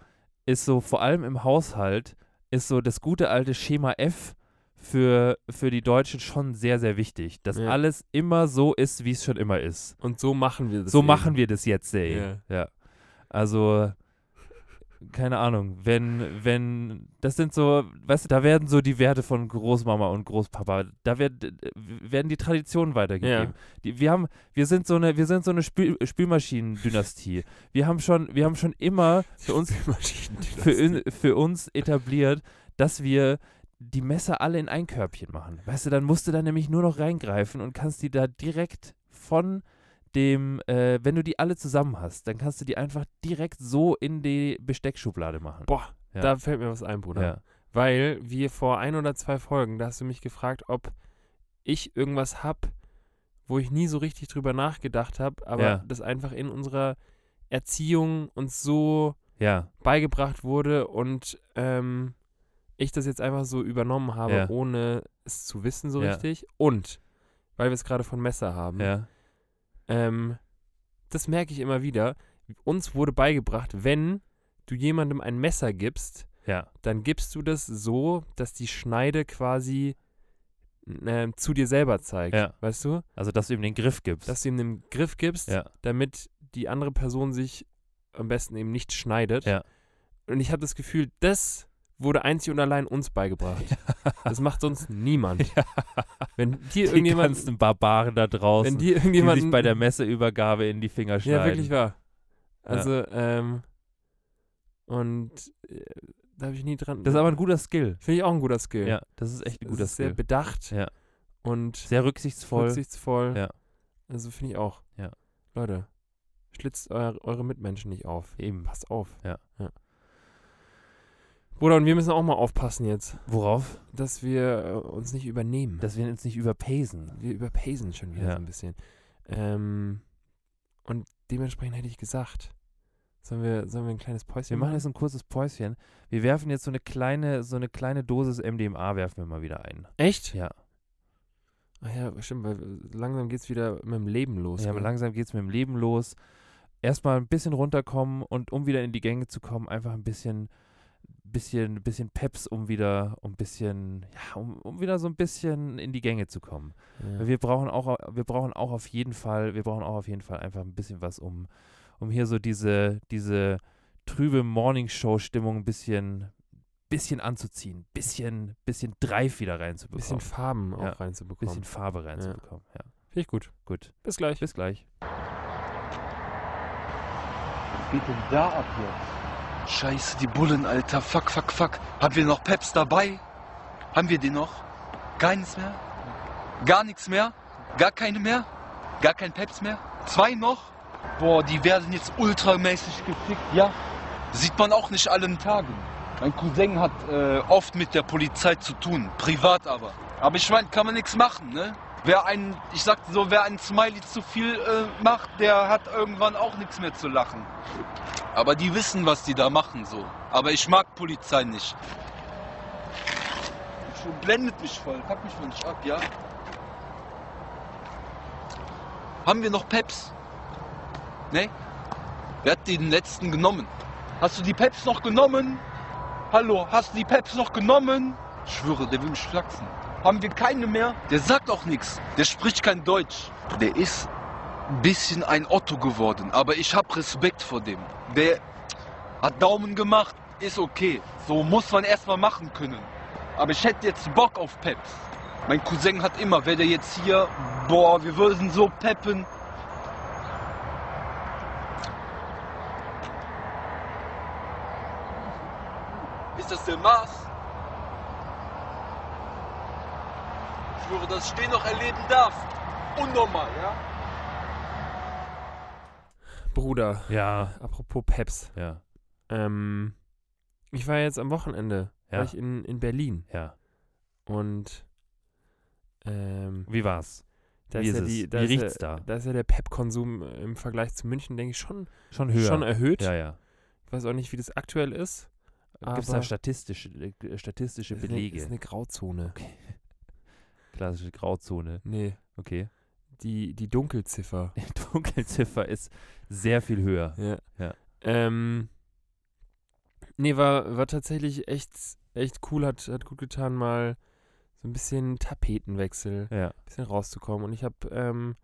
ist so vor allem im Haushalt, ist so das gute alte Schema F für, für die Deutschen schon sehr, sehr wichtig. Dass Ja. alles immer so ist, wie es schon immer ist. Und so machen wir das. so eben. machen wir das jetzt, ey. Ja. Also, keine Ahnung, wenn, wenn, das sind so, weißt du, da werden so die Werte von Großmama und Großpapa, da werd, werden die Traditionen weitergegeben. Die, wir haben, wir sind so eine, wir sind so eine Spül Spülmaschinen-Dynastie. Wir haben schon, wir haben schon immer für uns, für, in, für uns etabliert, dass wir die Messer alle in ein Körbchen machen. Weißt du, dann musst du da nämlich nur noch reingreifen und kannst die da direkt von dem, äh, wenn du die alle zusammen hast, dann kannst du die einfach direkt so in die Besteckschublade machen. Boah, Ja. da fällt mir was ein, Bruder. Ja. Weil wir vor ein oder zwei Folgen, da hast du mich gefragt, ob ich irgendwas hab, wo ich nie so richtig drüber nachgedacht habe, aber Ja. das einfach in unserer Erziehung uns so Ja. beigebracht wurde und ähm, ich das jetzt einfach so übernommen habe, Ja. ohne es zu wissen so Ja. richtig. Und, weil wir es gerade von Messer haben, Ja. ähm, das merke ich immer wieder, uns wurde beigebracht, wenn du jemandem ein Messer gibst, Ja. dann gibst du das so, dass die Schneide quasi ähm, zu dir selber zeigt. Ja. Weißt du? Also, dass du ihm den Griff gibst. Dass du ihm den Griff gibst, ja. damit die andere Person sich am besten eben nicht schneidet. Ja. Und ich habe das Gefühl, das wurde einzig und allein uns beigebracht. Das macht sonst niemand. Wenn dir Die irgendjemand, ganzen Barbaren da wenn draußen, dir die irgendjemand sich bei der Messerübergabe in die Finger schneiden. Ja, wirklich wahr. Ja. Also, ähm, und äh, da habe ich nie dran. Das ist aber ein guter Skill. Finde ich auch ein guter Skill. Ja, das ist echt ein Es guter ist sehr Skill. bedacht Ja. und Sehr rücksichtsvoll. rücksichtsvoll. Ja. Also finde ich auch. Ja. Leute, schlitzt euer, eure Mitmenschen nicht auf. Eben. Passt auf. Ja. Bruder, und wir müssen auch mal aufpassen jetzt, Worauf? dass wir äh, uns nicht übernehmen. Dass wir uns nicht überpacen. wir überpacen schon wieder Ja. so ein bisschen. Ähm, und dementsprechend hätte ich gesagt, sollen wir, sollen wir ein kleines Päuschen Wir machen jetzt ein kurzes Päuschen. Wir werfen jetzt so eine kleine, so eine kleine Dosis MDMA werfen wir mal wieder ein. Echt? Ja. Ach ja, stimmt, weil langsam geht's wieder mit dem Leben los. ne? ja, aber gell? langsam geht es mit dem Leben los. Erstmal ein bisschen runterkommen und um wieder in die Gänge zu kommen, einfach ein bisschen, bisschen, bisschen Peps, um wieder, um bisschen, ja, um, um wieder so ein bisschen in die Gänge zu kommen. ja. Weil Wir brauchen auch, wir brauchen auch auf jeden Fall, wir brauchen auch auf jeden Fall einfach ein bisschen was, um, um hier so diese, diese trübe Morningshow-Stimmung ein bisschen, bisschen anzuziehen, bisschen, bisschen Drive wieder bisschen reinzubekommen, bisschen, Farben auch Ja. reinzubekommen. Farbe reinzubekommen. Ja. Finde ich gut. Gut, Bis gleich. bis gleich. Was geht denn da ab jetzt? Scheiße, die Bullen, Alter. Fuck, fuck, fuck. Haben wir noch Peps dabei? Haben wir die noch? Keines mehr? Gar nichts mehr? Gar keine mehr? Gar kein Peps mehr? Zwei noch? Boah, die werden jetzt ultramäßig gefickt, ja? Sieht man auch nicht allen Tagen. Mein Cousin hat äh, oft mit der Polizei zu tun, privat aber. Aber ich meine, kann man nichts machen, ne? Wer einen, ich sag so, wer einen Smiley zu viel äh, macht, der hat irgendwann auch nichts mehr zu lachen. Aber die wissen, was die da machen, so. Aber ich mag Polizei nicht. Schon Blendet mich voll, pack mich mal nicht ab, ja? Haben wir noch Peps? Ne? Wer hat den letzten genommen? Hast du die Peps noch genommen? Hallo, hast du die Peps noch genommen? Ich schwöre, der will mich flachsen. Haben wir keine mehr? Der sagt auch nichts. Der spricht kein Deutsch. Der ist ein bisschen ein Otto geworden, aber ich hab Respekt vor dem. Der hat Daumen gemacht, ist okay. So muss man erstmal machen können. Aber ich hätte jetzt Bock auf Peps. Mein Cousin hat immer, wäre der jetzt hier, boah, wir würden so peppen. Ist das der Mars? Ich schwöre, dass ich den noch erleben darf. Unnormal, ja? Bruder, Ja, apropos Peps. ja, Ähm, ich war jetzt am Wochenende Ja. war ich in, in Berlin ja. und ähm, Wie war's? da Wie ist, ist ja die, es? da Wie ist riecht's ja, da? Da ist ja der Pep-Konsum äh, im Vergleich zu München, denke ich, schon, Schon höher. schon erhöht. ja, ja. Ich weiß auch nicht, wie das aktuell ist. Gibt es aber- da statistische, äh, statistische Ist eine, Belege? ist eine Grauzone. okay. Klassische Grauzone. Nee, Okay. die, die Dunkelziffer. Die Dunkelziffer ist sehr viel höher. Ja. Ja. Ähm, nee, war, war tatsächlich echt, echt cool, hat, hat gut getan, mal so ein bisschen Tapetenwechsel, Ja. ein bisschen rauszukommen. Und ich habe ähm,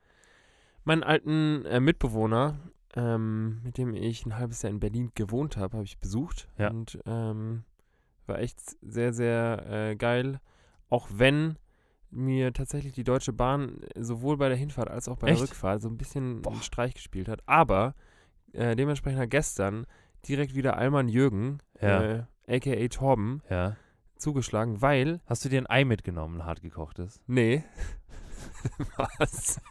meinen alten äh, Mitbewohner, ähm, mit dem ich ein halbes Jahr in Berlin gewohnt habe, habe ich besucht. Ja. Und ähm, war echt sehr, sehr äh, geil. Auch wenn mir tatsächlich die Deutsche Bahn äh, sowohl bei der Hinfahrt als auch bei Echt? der Rückfahrt so ein bisschen einen Streich gespielt hat. Aber äh, dementsprechend hat gestern direkt wieder Alman Jürgen, Ja. äh, a.k.a. Torben, Ja. zugeschlagen, weil, Hast du dir ein Ei mitgenommen, ein hart gekochtes? nee, was?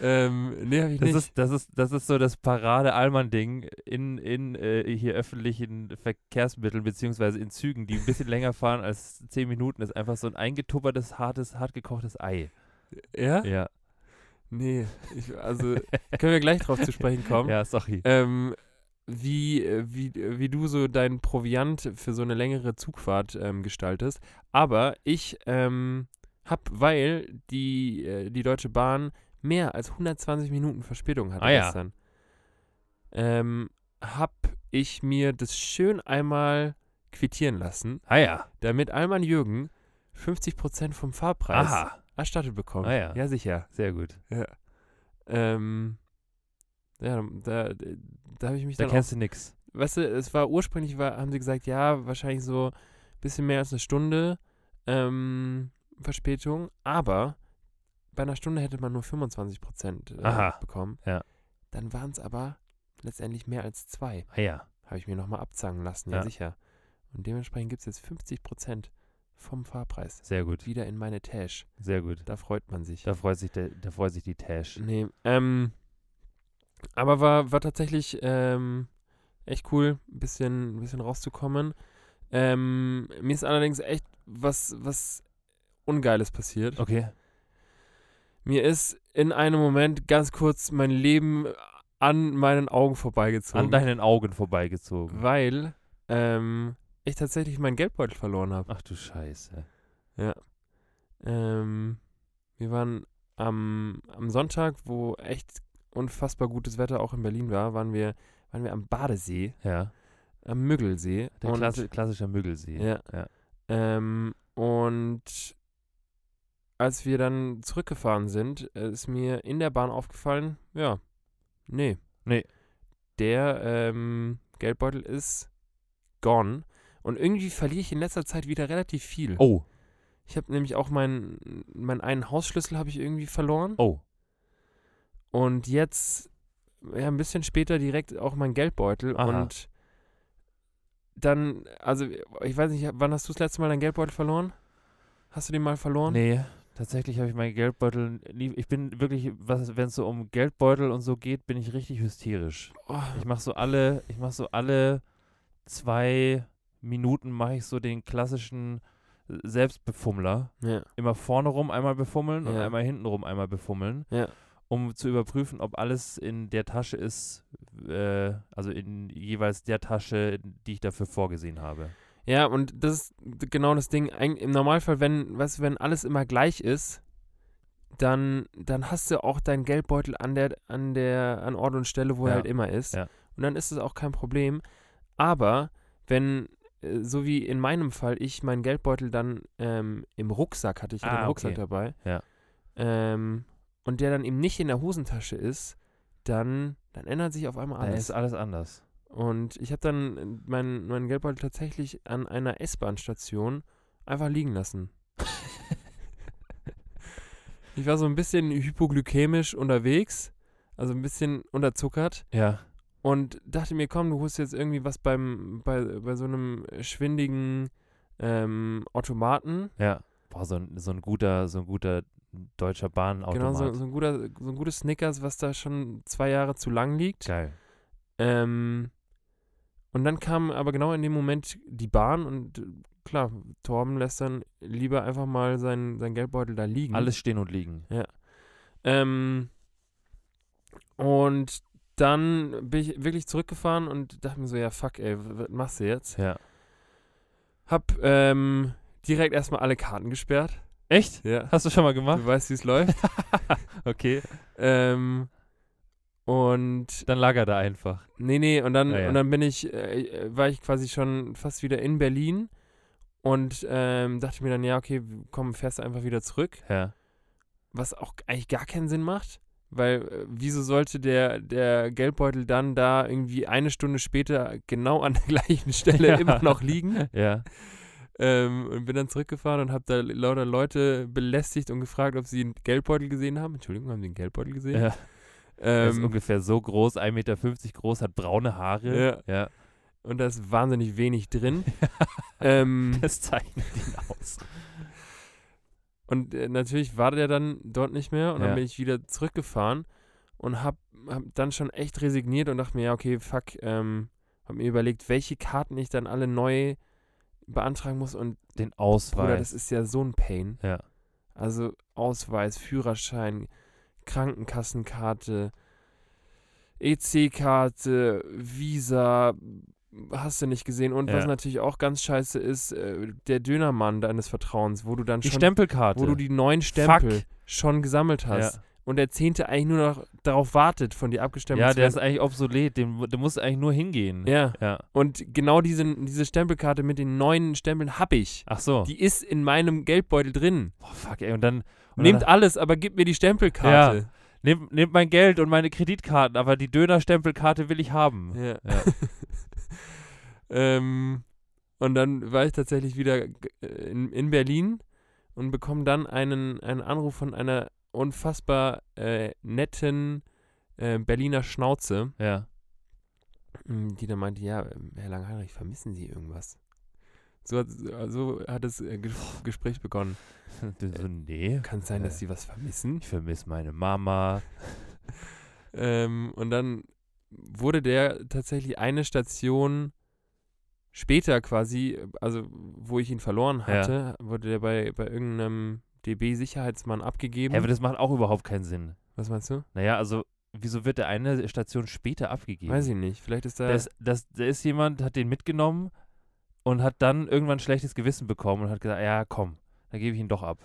ähm, nee, habe ich Das nicht. ist, das ist, das ist so das Parade-Allmann-Ding in, in äh, hier öffentlichen Verkehrsmitteln beziehungsweise in Zügen, die ein bisschen länger fahren als 10 Minuten, ist einfach so ein eingetuppertes, hartes, hart gekochtes Ei. ja? Ja, Nee, ich, also können wir gleich drauf zu sprechen kommen. ja, sorry. Ähm, wie, äh, wie, äh, wie du so deinen Proviant für so eine längere Zugfahrt ähm, gestaltest. Aber ich ähm, habe, weil die, äh, die Deutsche Bahn mehr als 120 Minuten Verspätung hatte Ah ja. gestern, ähm, habe ich mir das schön einmal quittieren lassen, Ah ja. damit Alman Jürgen 50% vom Fahrpreis Aha, erstattet bekommt. Ah ja. ja, sicher. sehr gut. Ja. Ähm, ja, da, da habe ich mich Da dann auch, kennst du nix. weißt du, es war ursprünglich, war, haben sie gesagt, ja, wahrscheinlich so ein bisschen mehr als eine Stunde ähm, Verspätung, aber bei einer Stunde hätte man nur 25 Prozent äh, Aha. bekommen. Ja. Dann waren es aber letztendlich mehr als zwei. Ah ja. Habe ich mir nochmal abzangen lassen, ja, Ja. sicher. Und dementsprechend gibt es jetzt 50 Prozent vom Fahrpreis Sehr gut, wieder in meine Tasche. sehr gut. Da freut man sich. Da freut sich, der, da freut sich die Tash. Nee, ähm, aber war, war tatsächlich ähm, echt cool, ein bisschen, ein bisschen rauszukommen. Ähm, mir ist allerdings echt was, was Ungeiles passiert. Okay. Mir ist in einem Moment ganz kurz mein Leben an meinen Augen vorbeigezogen. An deinen Augen vorbeigezogen. weil ähm, ich tatsächlich meinen Geldbeutel verloren habe. Ach du Scheiße. Ähm, wir waren am, am Sonntag, wo echt unfassbar gutes Wetter auch in Berlin war, waren wir, waren wir am Badesee, Ja. am Müggelsee. Der und, klassi klassische Müggelsee. Ja. Ja. Ähm, und als wir dann zurückgefahren sind, äh, ist mir in der Bahn aufgefallen, ja, nee. Nee. Der ähm, Geldbeutel ist gone. Und irgendwie verliere ich in letzter Zeit wieder relativ viel. Oh, Ich habe nämlich auch meinen meinen einen Hausschlüssel habe ich irgendwie verloren oh. und jetzt ja ein bisschen später direkt auch meinen Geldbeutel Aha. und dann also ich weiß nicht, wann hast du das letzte Mal deinen Geldbeutel verloren? Hast du den mal verloren? Nee, tatsächlich habe ich meinen Geldbeutel nie. Ich bin wirklich, wenn es so um Geldbeutel und so geht, bin ich richtig hysterisch. Oh, Ich mache so alle, ich mache so alle zwei Minuten mache ich so den klassischen äh, Selbstbefummler. ja. Immer vorne rum einmal befummeln und Ja. einmal hinten rum einmal befummeln, Ja. um zu überprüfen, ob alles in der Tasche ist, äh, also in jeweils der Tasche, die ich dafür vorgesehen habe. ja, und das ist genau das Ding. Eig- Im Normalfall, wenn, weißt du, wenn alles immer gleich ist, dann, dann hast du auch deinen Geldbeutel an der, an der, an Ort und Stelle, wo Ja. er halt immer ist. Ja. Und dann ist es auch kein Problem. Aber wenn, äh, so wie in meinem Fall, ich meinen Geldbeutel dann ähm, im Rucksack hatte, ich hatte Ah, einen Rucksack okay. dabei, Ja. ähm, und der dann eben nicht in der Hosentasche ist, dann, dann ändert sich auf einmal Da alles. ist alles anders. Und ich habe dann äh, meinen meinen Geldbeutel tatsächlich an einer S-Bahn-Station einfach liegen lassen. ich war so ein bisschen hypoglykämisch unterwegs, also ein bisschen unterzuckert Ja. und dachte mir, komm, du holst jetzt irgendwie was beim bei, bei so einem schwindigen ähm, Automaten. Ja. Boah, so ein, so ein guter, so ein guter deutscher Genau, Bahnautomat. so, so ein guter, so ein gutes Snickers, was da schon zwei Jahre zu lang liegt. Geil. Ähm, und dann kam aber genau in dem Moment die Bahn und äh, klar, Torben lässt dann lieber einfach mal seinen, seinen Geldbeutel da liegen. Alles stehen und liegen. Ähm, und dann bin ich wirklich zurückgefahren und dachte mir so, ja fuck ey, w- was machst du jetzt? Ja. Hab ähm, direkt erstmal alle Karten gesperrt. Echt? Ja. Hast du schon mal gemacht? Du weißt, wie es läuft. Okay. ähm, Und Dann lag er da einfach. nee, nee, und dann, Ah, Ja, ja. Und dann bin ich, äh, war ich quasi schon fast wieder in Berlin und ähm, dachte mir dann, ja, okay, komm, fährst du einfach wieder zurück. Ja. was auch eigentlich gar keinen Sinn macht, weil äh, wieso sollte der, der Geldbeutel dann da irgendwie eine Stunde später genau an der gleichen Stelle Ja. immer noch liegen? Ja. Ähm, und bin dann zurückgefahren und habe da lauter Leute belästigt und gefragt, ob sie einen Geldbeutel gesehen haben. Entschuldigung, haben sie einen Geldbeutel gesehen? ja. Er ist Ähm, ungefähr so groß, 1,50 Meter groß, hat braune Haare. Ja. und da ist wahnsinnig wenig drin. ähm, Das zeichnet ihn aus. Und äh, natürlich war der dann dort nicht mehr und Ja. dann bin ich wieder zurückgefahren und hab, hab dann schon echt resigniert und dachte mir, ja, okay, fuck, ähm, hab mir überlegt, welche Karten ich dann alle neu beantragen muss und Den Bruder, Ausweis. das ist ja so ein Pain. Ja. Also Ausweis, Führerschein, Krankenkassenkarte, EC-Karte, Visa, hast du nicht gesehen. Und was Ja. natürlich auch ganz scheiße ist, äh, der Dönermann deines Vertrauens, wo du dann die schon Stempelkarte. wo du die neun Stempel Fuck. schon gesammelt hast. ja. Und der zehnte eigentlich nur noch darauf wartet, von dir abgestempelt ja, zu der ist werden. eigentlich obsolet. Dem, dem musst du eigentlich nur hingehen. Ja, ja. und genau diese, diese Stempelkarte mit den neuen Stempeln habe ich. Ach so. Die ist in meinem Geldbeutel drin. Boah, fuck, ey. Und dann. Und Nehmt dann, alles, aber gib mir die Stempelkarte. nehmt, nehmt mein Geld und meine Kreditkarten, aber die Dönerstempelkarte will ich haben. Ja. ähm, und dann war ich tatsächlich wieder g- äh, in, in Berlin und bekomme dann einen, einen Anruf von einer unfassbar äh, netten äh, Berliner Schnauze. Ja. Mm, die dann meinte, ja, ähm, Herr Langheinrich, vermissen Sie irgendwas? So hat, so hat das äh, Ges- Gespräch begonnen. Du so, nee. Kann es sein, Äh. dass Sie was vermissen? Ich vermisse meine Mama. Ähm, und dann wurde der tatsächlich eine Station später quasi, also wo ich ihn verloren hatte, wurde der bei, bei irgendeinem DB-Sicherheitsmann abgegeben. Hä, aber das macht auch überhaupt keinen Sinn. was meinst du? Naja, also, wieso wird der eine Station später abgegeben? Weiß ich nicht. Vielleicht ist da. Da ist, das, da ist jemand, hat den mitgenommen und hat dann irgendwann schlechtes Gewissen bekommen und hat gesagt, ja, komm, dann gebe ich ihn doch ab.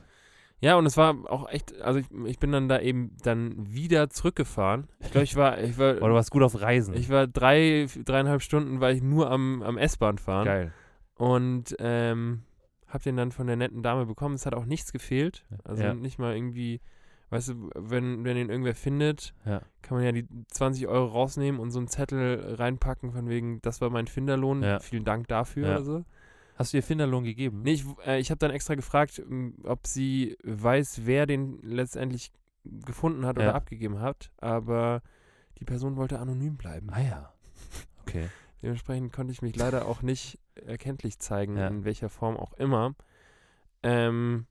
Ja, und es war auch echt, also ich, ich bin dann da eben dann wieder zurückgefahren. Ich glaube, ich war, ich war Oder du warst gut auf Reisen. Ich war drei, dreieinhalb Stunden war ich nur am, am S-Bahn fahren Geil. und ähm, hab den dann von der netten Dame bekommen. Es hat auch nichts gefehlt. Also Ja. nicht mal irgendwie, weißt du, wenn, wenn den irgendwer findet, Ja. kann man ja die 20 Euro rausnehmen und so einen Zettel reinpacken von wegen, das war mein Finderlohn, Ja. vielen Dank dafür Ja. oder so. Hast du ihr Finderlohn gegeben? Nee, ich, äh, ich habe dann extra gefragt, m, ob sie weiß, wer den letztendlich gefunden hat Ja. oder abgegeben hat, aber die Person wollte anonym bleiben. Ah ja. Okay. Dementsprechend konnte ich mich leider auch nicht erkenntlich zeigen, Ja. in welcher Form auch immer. Ähm,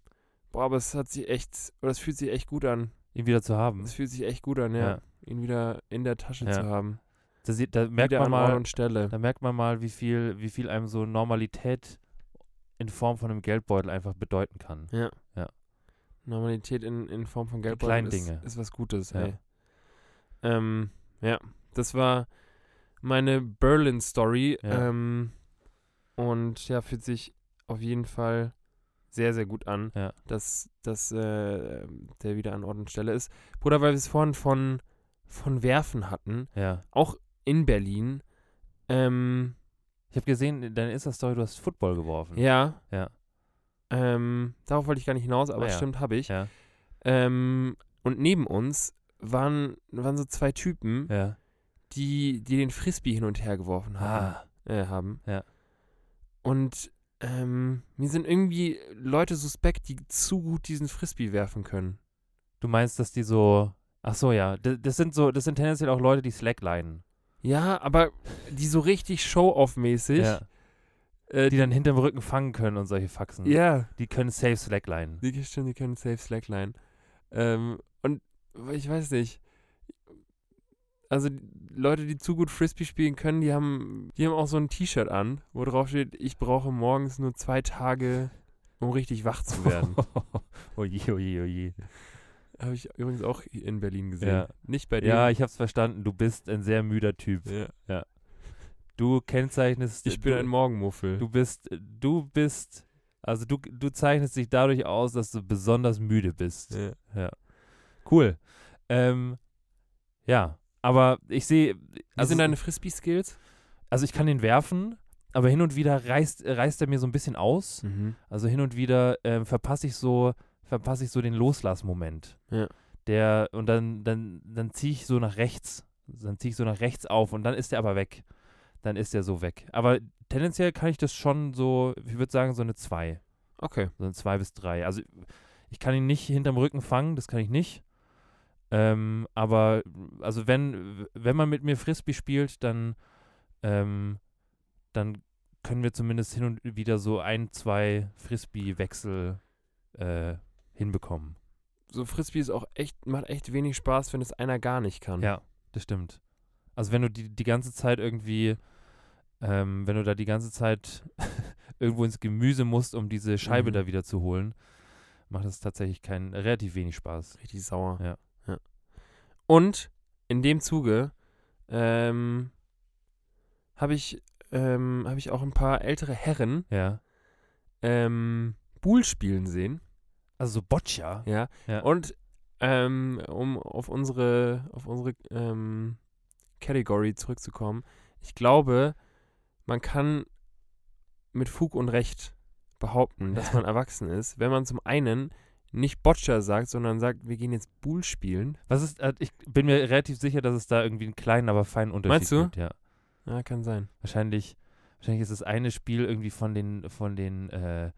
boah, aber es hat sich echt, oder es fühlt sich echt gut an. Ihn wieder zu haben. Es fühlt sich echt gut an, ja. Ja. Ihn wieder in der Tasche Ja. zu haben. Da, sieht- da merkt wieder man an Ort mal, und Stelle. da merkt man mal, wie viel, wie viel einem so Normalität in Form von einem Geldbeutel einfach bedeuten kann. Ja. Ja. Normalität in, in Form von Geldbeutel kleinen ist, Dinge. ist was Gutes, Ja. ja. ey. Ähm, ja, das war meine Berlin-Story. Ja. Ähm, und ja, fühlt sich auf jeden Fall sehr, sehr gut an, Ja. dass, dass äh, der wieder an Ort und Stelle ist. Bruder, weil wir es vorhin von, von Werfen hatten, Ja. auch in Berlin. Ähm, Ich habe gesehen, in deiner Insta-Story, du hast Football geworfen. ja. Ja. Ähm, darauf wollte ich gar nicht hinaus, aber Ah, ja. stimmt, habe ich. Ja. Ähm, und neben uns waren, waren so zwei Typen, Ja. die, die den Frisbee hin und her geworfen haben. Ah. Äh, haben. Ja. Und ähm, mir sind irgendwie Leute suspekt, die zu gut diesen Frisbee werfen können. Du meinst, dass die so. Ach so, ja. Das, das sind so, das sind tendenziell auch Leute, die slacklinen. Ja, aber die so richtig show-off-mäßig. Ja. Äh, Die dann hinterm Rücken fangen können und solche Faxen. ja, Die können safe slacklinen. die, stimmt, die können safe Slackline. Ähm, und ich weiß nicht. Also die Leute, die zu gut Frisbee spielen können, die haben, die haben auch so ein T-Shirt an, wo drauf steht, ich brauche morgens nur zwei Tage, um richtig wach zu werden. oje, oje, oje. Habe ich übrigens auch in Berlin gesehen. Ja. Nicht bei dir. Ja, ich hab's verstanden. Du bist ein sehr müder Typ. Ja. Du kennzeichnest. Ich bin du, ein Morgenmuffel. Du bist, äh, du bist, also du, du zeichnest dich dadurch aus, dass du besonders müde bist. ja. Cool. Ähm, ja, Aber ich sehe, Wie also, sind deine Frisbee-Skills? also ich kann den werfen, aber hin und wieder reißt, reißt er mir so ein bisschen aus. Also hin und wieder ähm, verpasse ich so, verpasse ich so den Loslassmoment. Ja. Der, und dann, dann, dann ziehe ich so nach rechts. Dann ziehe ich so nach rechts auf und dann ist der aber weg. Dann ist der so weg. Aber tendenziell kann ich das schon so, ich würde sagen, so eine 2. Okay. So ein 2 bis 3. Also ich kann ihn nicht hinterm Rücken fangen, das kann ich nicht. Ähm, aber also wenn, wenn man mit mir Frisbee spielt, dann, ähm, dann können wir zumindest hin und wieder so ein, zwei Frisbee-Wechsel äh, hinbekommen. So Frisbee ist auch echt, macht echt wenig Spaß, wenn es einer gar nicht kann. Ja, das stimmt. Also wenn du die, die ganze Zeit irgendwie, ähm, wenn du da die ganze Zeit irgendwo ins Gemüse musst, um diese Scheibe Mhm. da wieder zu holen, macht das tatsächlich keinen, relativ wenig Spaß. Richtig sauer. Ja. ja. Und in dem Zuge ähm, habe ich, ähm, hab ich auch ein paar ältere Herren Ja. ähm, Buhl spielen sehen. Also so Boccia. Ja. Ja. Und ähm, um auf unsere, auf unsere ähm, Category zurückzukommen, ich glaube, man kann mit Fug und Recht behaupten, dass man erwachsen ist, wenn man zum einen nicht Boccia sagt, sondern sagt, wir gehen jetzt Bull spielen. Was ist, äh, ich bin mir relativ sicher, dass es da irgendwie einen kleinen, aber feinen Unterschied Meinst du? gibt. Ja. Ja, kann sein. Wahrscheinlich, wahrscheinlich ist das eine Spiel irgendwie von den, von den, äh,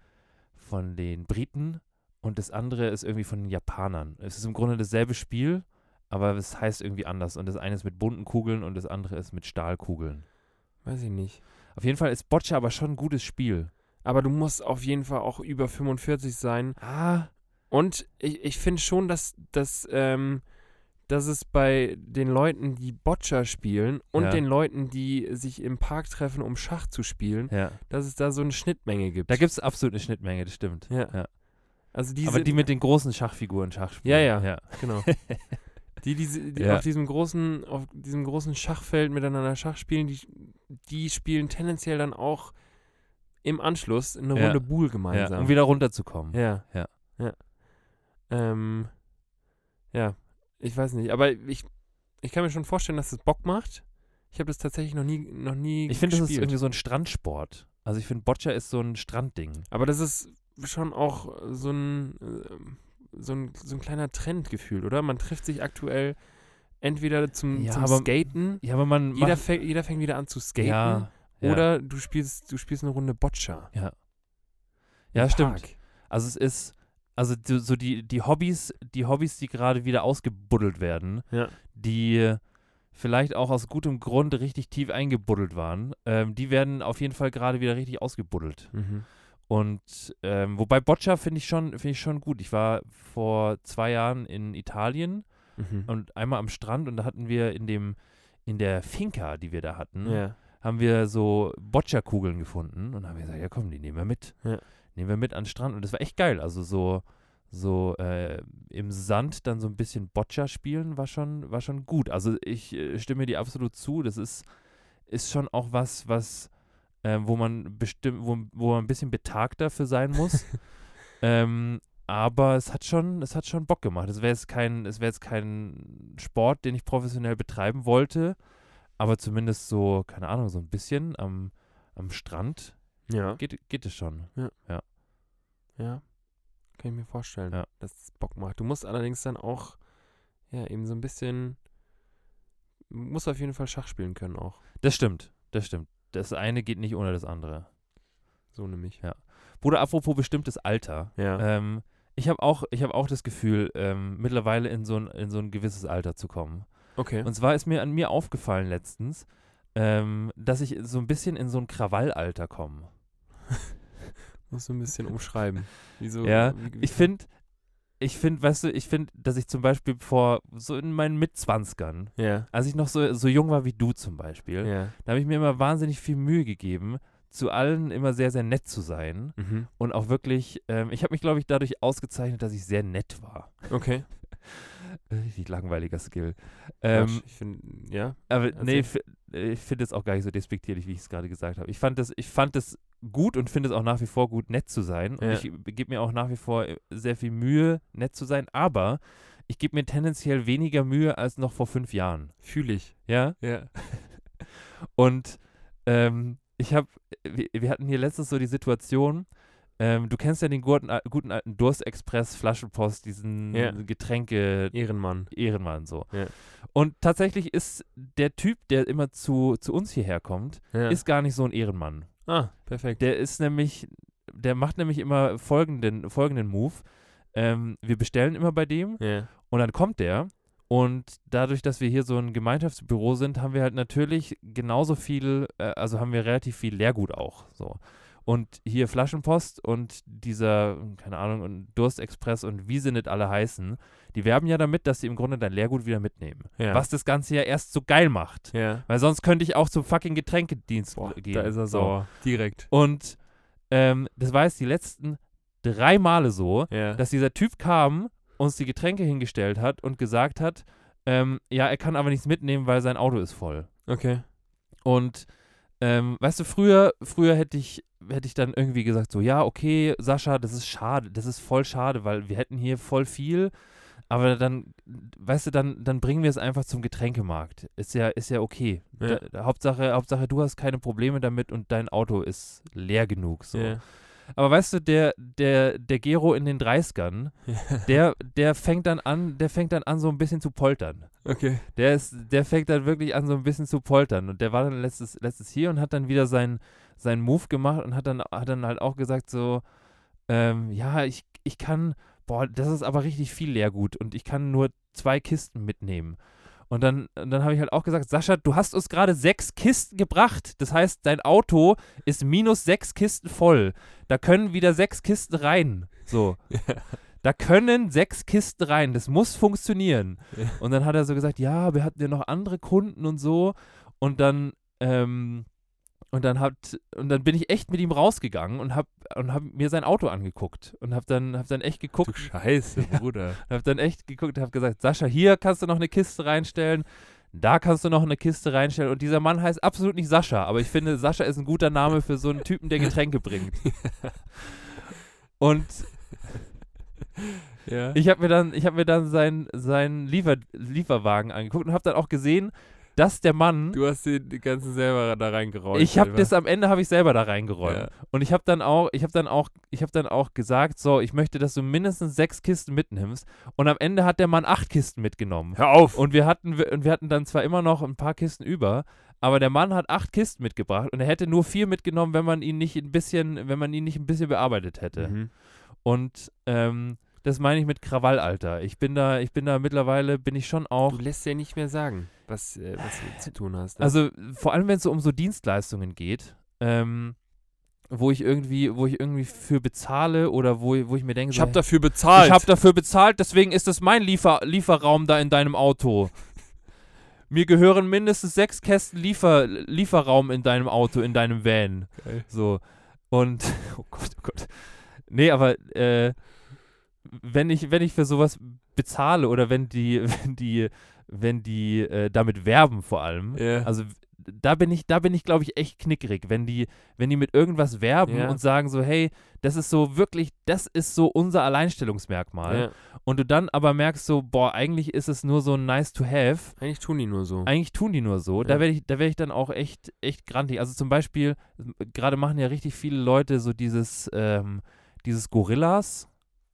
von den Briten und das andere ist irgendwie von den Japanern. Es ist im Grunde dasselbe Spiel, aber es heißt irgendwie anders. Und das eine ist mit bunten Kugeln und das andere ist mit Stahlkugeln. Weiß ich nicht. Auf jeden Fall ist Boccia aber schon ein gutes Spiel. Aber du musst auf jeden Fall auch über 45 sein. Ah, Und ich, ich finde schon, dass, dass, ähm, dass es bei den Leuten, die Boccia spielen und Ja. den Leuten, die sich im Park treffen, um Schach zu spielen, ja. dass es da so eine Schnittmenge gibt. Da gibt es absolut eine Schnittmenge, das stimmt. Ja. also diese, Aber die mit den großen Schachfiguren Schach spielen. Ja, ja. ja. genau. Die, diese, die Ja. auf, diesem großen, auf diesem großen Schachfeld miteinander Schach spielen, die, die spielen tendenziell dann auch im Anschluss eine Ja. Runde Buhl Ja, gemeinsam. um wieder runterzukommen. Ja. Ja. Ja. Ähm, ja, ich weiß nicht, aber ich, ich kann mir schon vorstellen, dass es Bock macht. Ich habe das tatsächlich noch nie noch nie Ich finde, das ist gespielt. irgendwie so ein Strandsport. Also ich finde, Boccia ist so ein Strandding. aber das ist schon auch äh, so ein äh, so ein, so ein kleiner Trendgefühl, oder? Man trifft sich aktuell entweder zum, Ja, zum aber Skaten, Ja, aber man jeder, macht, fäng, jeder fängt wieder an zu skaten ja, ja. oder du spielst du spielst eine Runde Boccia. im ja, stimmt. Park. Also es ist, also d- so die, die Hobbys, die Hobbys, die gerade wieder ausgebuddelt werden, Ja. die vielleicht auch aus gutem Grund richtig tief eingebuddelt waren, ähm, die werden auf jeden Fall gerade wieder richtig ausgebuddelt. Mhm. Und ähm, wobei Boccia finde ich schon, finde ich schon gut. Ich war vor zwei Jahren in Italien Mhm. und einmal am Strand und da hatten wir in dem, in der Finca, die wir da hatten, ja. haben wir so Boccia-Kugeln gefunden und haben gesagt, ja komm, die nehmen wir mit. Ja. Nehmen wir mit an den Strand. Und das war echt geil. Also so, so äh, im Sand dann so ein bisschen Boccia spielen war schon, war schon gut. Also ich äh, stimme dir absolut zu. Das ist, ist schon auch was, was, äh, wo man bestimmt, wo, wo man ein bisschen betagter für sein muss. ähm, aber es hat schon, es hat schon Bock gemacht. Es wäre jetzt kein, es wäre jetzt kein Sport, den ich professionell betreiben wollte. Aber zumindest so, keine Ahnung, so ein bisschen am, am Strand ja. geht, geht es schon. Ja, kann ich mir vorstellen, Ja. dass es Bock macht. Du musst allerdings dann auch, ja, eben so ein bisschen, musst auf jeden Fall Schach spielen können auch. Das stimmt, das stimmt. Das eine geht nicht ohne das andere. So nämlich. Bruder, apropos bestimmtes Alter. Ja. Ähm, ich habe auch, ich hab auch das Gefühl, ähm, mittlerweile in so, ein, in so ein gewisses Alter zu kommen. Okay. Und zwar ist mir an mir aufgefallen letztens, ähm, dass ich so ein bisschen in so ein Krawallalter komme. musst du ein bisschen umschreiben. Wieso? Ja, wie- wie- Ich finde, ich finde, weißt du, ich finde, dass ich zum Beispiel vor, so in meinen Mitzwanzigern, Ja. als ich noch so, so jung war wie du zum Beispiel, Ja. Da habe ich mir immer wahnsinnig viel Mühe gegeben, zu allen immer sehr, sehr nett zu sein. Mhm. Und auch wirklich, ähm, ich habe mich, glaube ich, dadurch ausgezeichnet, dass ich sehr nett war. Okay. Richtig langweiliger Skill. Ähm, Quatsch, ich finde, ja. aber nee, erzähl. f- äh, ich finde es auch gar nicht so despektierlich, wie ich es gerade gesagt habe. Ich fand das, ich fand das gut und finde es auch nach wie vor gut, nett zu sein. Ja. Und ich gebe mir auch nach wie vor äh, sehr viel Mühe, nett zu sein. Aber ich gebe mir tendenziell weniger Mühe als noch vor fünf Jahren. Fühle ich. Ja? Ja. Und ähm, ich habe, wir, wir hatten hier letztens so die Situation, ähm, du kennst ja den guten, al- guten alten Durstexpress Flaschenpost, diesen Ja. Getränke Ehrenmann. Ehrenmann so. Ja. Und tatsächlich ist der Typ, der immer zu, zu uns hierher kommt, Ja. ist gar nicht so ein Ehrenmann. ah, perfekt. Der ist nämlich, der macht nämlich immer folgenden, folgenden Move. Ähm, wir bestellen immer bei dem Ja. und dann kommt der. Und dadurch, dass wir hier so ein Gemeinschaftsbüro sind, haben wir halt natürlich genauso viel, äh, also haben wir relativ viel Leergut auch. So. Und hier Flaschenpost und dieser, keine Ahnung, und Durstexpress und wie sie nicht alle heißen, die werben ja damit, dass sie im Grunde dein Leergut wieder mitnehmen. Ja. Was das Ganze ja erst so geil macht. Ja. Weil sonst könnte ich auch zum fucking Getränkedienst Boah, gehen. da ist er So. sauer. Direkt. Und ähm, das war jetzt die letzten drei Male so, Ja. dass dieser Typ kam, uns die Getränke hingestellt hat und gesagt hat, ähm, ja, er kann aber nichts mitnehmen, weil sein Auto ist voll. okay. Und ähm, weißt du, früher, früher hätte ich, hätte ich dann irgendwie gesagt, so, ja, okay, Sascha, das ist schade, das ist voll schade, weil wir hätten hier voll viel, aber dann, weißt du, dann, dann bringen wir es einfach zum Getränkemarkt. Ist ja, ist ja okay. Ja. Da, Hauptsache, Hauptsache, du hast keine Probleme damit und dein Auto ist leer genug. So. Ja. Aber weißt du, der, der, der Gero in den 30ern, der, der fängt dann an, der fängt dann an, so ein bisschen zu poltern. Okay. Der ist, der fängt dann wirklich an, so ein bisschen zu poltern. Und der war dann letztes, letztes hier und hat dann wieder seinen, seinen Move gemacht und hat dann, hat dann halt auch gesagt, so, ähm, ja, ich, ich kann, boah, das ist aber richtig viel Leergut und ich kann nur zwei Kisten mitnehmen. Und dann, und dann habe ich halt auch gesagt, Sascha, du hast uns gerade sechs Kisten gebracht. Das heißt, dein Auto ist minus sechs Kisten voll. Da können wieder sechs Kisten rein. So. Da können sechs Kisten rein. Das muss funktionieren. Ja. Und dann hat er so gesagt, ja, wir hatten ja noch andere Kunden und so. Und dann, ähm, und dann hat, und dann bin ich echt mit ihm rausgegangen und hab, und hab mir sein Auto angeguckt. Und hab dann, hab dann echt geguckt, Du Scheiße, Bruder. und hab dann echt geguckt und hab gesagt, Sascha, hier kannst du noch eine Kiste reinstellen, da kannst du noch eine Kiste reinstellen. Und dieser Mann heißt absolut nicht Sascha, aber ich finde, Sascha ist ein guter Name für so einen Typen, der Getränke bringt. Und Ja. ich habe mir dann, ich hab mir dann seinen, seinen Liefer, Lieferwagen angeguckt und habe dann auch gesehen, dass der Mann, du hast den ganzen selber da reingeräumt. ich habe Alter. das am Ende habe ich selber da reingeräumt. Ja. Und ich habe dann auch, ich habe dann auch, ich habe dann auch gesagt, so, ich möchte, dass du mindestens sechs Kisten mitnimmst. Und am Ende hat der Mann acht Kisten mitgenommen. Hör auf. Und wir hatten, wir- und wir hatten dann zwar immer noch ein paar Kisten über, aber der Mann hat acht Kisten mitgebracht und er hätte nur vier mitgenommen, wenn man ihn nicht ein bisschen, wenn man ihn nicht ein bisschen bearbeitet hätte. Mhm. Und ähm, das meine ich mit Krawallalter. Ich bin da, ich bin da mittlerweile, bin ich schon auch. Du lässt ja nicht mehr sagen, was, äh, was du zu tun hast. ne? Also vor allem, wenn es so um so Dienstleistungen geht, ähm, wo ich irgendwie, wo ich irgendwie für bezahle oder wo, wo ich mir denke, ich so, habe dafür bezahlt. Ich habe dafür bezahlt, deswegen ist es mein Liefer Lieferraum da in deinem Auto. Mir gehören mindestens sechs Kästen Liefer Lieferraum in deinem Auto, in deinem Van. Geil. So. Und, oh Gott, oh Gott. Nee, aber äh, wenn, ich, wenn ich für sowas bezahle oder wenn die, wenn die, wenn die äh, damit werben vor allem, Ja. also da bin ich, da bin ich, glaube ich, echt knickrig, wenn die, wenn die mit irgendwas werben Ja. und sagen so, hey, das ist so wirklich, das ist so unser Alleinstellungsmerkmal. ja. Und du dann aber merkst so, boah, eigentlich ist es nur so ein nice to have. Eigentlich tun die nur so. Eigentlich tun die nur so. Da Hm. Ja. werde ich, da werde ich dann auch echt, echt grantig. Also zum Beispiel, gerade machen ja richtig viele Leute so dieses, ähm, dieses Gorillas.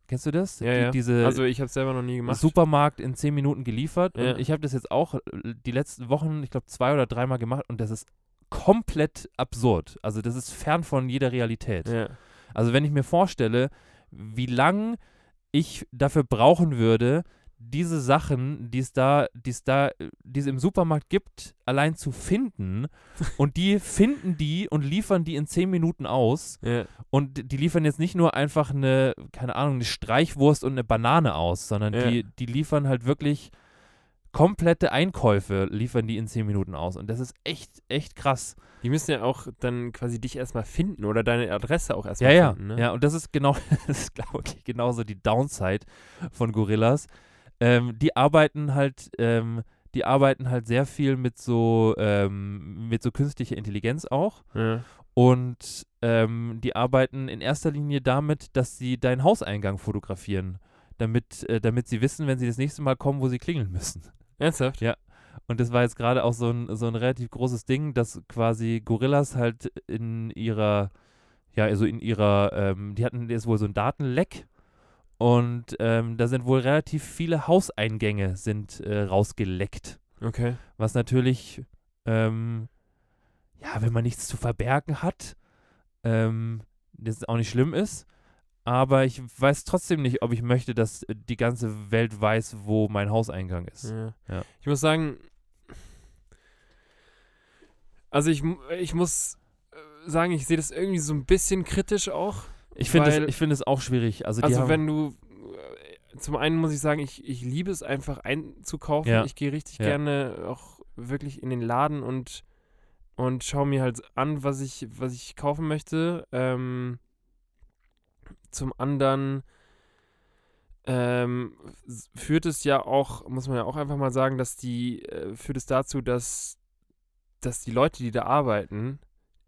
Kennst du das? Ja, die, ja. Diese, also ich habe selber noch nie gemacht. Supermarkt in 10 Minuten geliefert. Ja. Und ich habe das jetzt auch äh, die letzten Wochen, ich glaube, zwei oder dreimal gemacht und das ist komplett absurd. Also das ist fern von jeder Realität. Ja. Also wenn ich mir vorstelle, wie lang ich dafür brauchen würde, diese Sachen, die es da, die es da, äh, die es im Supermarkt gibt, allein zu finden und die finden die und liefern die in 10 Minuten aus Ja. und die liefern jetzt nicht nur einfach eine, keine Ahnung, eine Streichwurst und eine Banane aus, sondern Ja. die, die liefern halt wirklich komplette Einkäufe, liefern die in 10 Minuten aus. Und das ist echt, echt krass. Die müssen ja auch dann quasi dich erstmal finden oder deine Adresse auch Ja, erstmal ja. finden. Ne? Ja, und das ist genau, das ist, glaube ich, genauso die Downside von Gorillas. Ähm, die arbeiten halt, ähm, die arbeiten halt sehr viel mit so, ähm, mit so künstlicher Intelligenz auch. Ja. Und ähm, die arbeiten in erster Linie damit, dass sie deinen Hauseingang fotografieren. damit, äh, damit sie wissen, wenn sie das nächste Mal kommen, wo sie klingeln müssen. Ernsthaft? Ja. Und das war jetzt gerade auch so ein, so ein relativ großes Ding, dass quasi Gorillas halt in ihrer, ja, also in ihrer, ähm, die hatten jetzt wohl so ein Datenleck und ähm, da sind wohl relativ viele Hauseingänge sind äh, rausgeleckt. Okay. Was natürlich, ähm, ja, wenn man nichts zu verbergen hat, ähm, das auch nicht schlimm ist. Aber ich weiß trotzdem nicht, ob ich möchte, dass die ganze Welt weiß, wo mein Hauseingang ist. Ja. Ja. Ich muss sagen, also ich, mu- ich muss äh, sagen, ich sehe das irgendwie so ein bisschen kritisch auch. Ich finde Weil- es- ich finde es auch schwierig. Also, die Also haben, wenn du, äh, zum einen muss ich sagen, ich, ich liebe es einfach einzukaufen. Ja. Ich gehe richtig Ja. gerne auch wirklich in den Laden und, und schaue mir halt an, was ich, was ich kaufen möchte. Ähm, zum anderen ähm, s- führt es ja auch, muss man ja auch einfach mal sagen, dass die, äh, führt es dazu, dass, dass die Leute, die da arbeiten,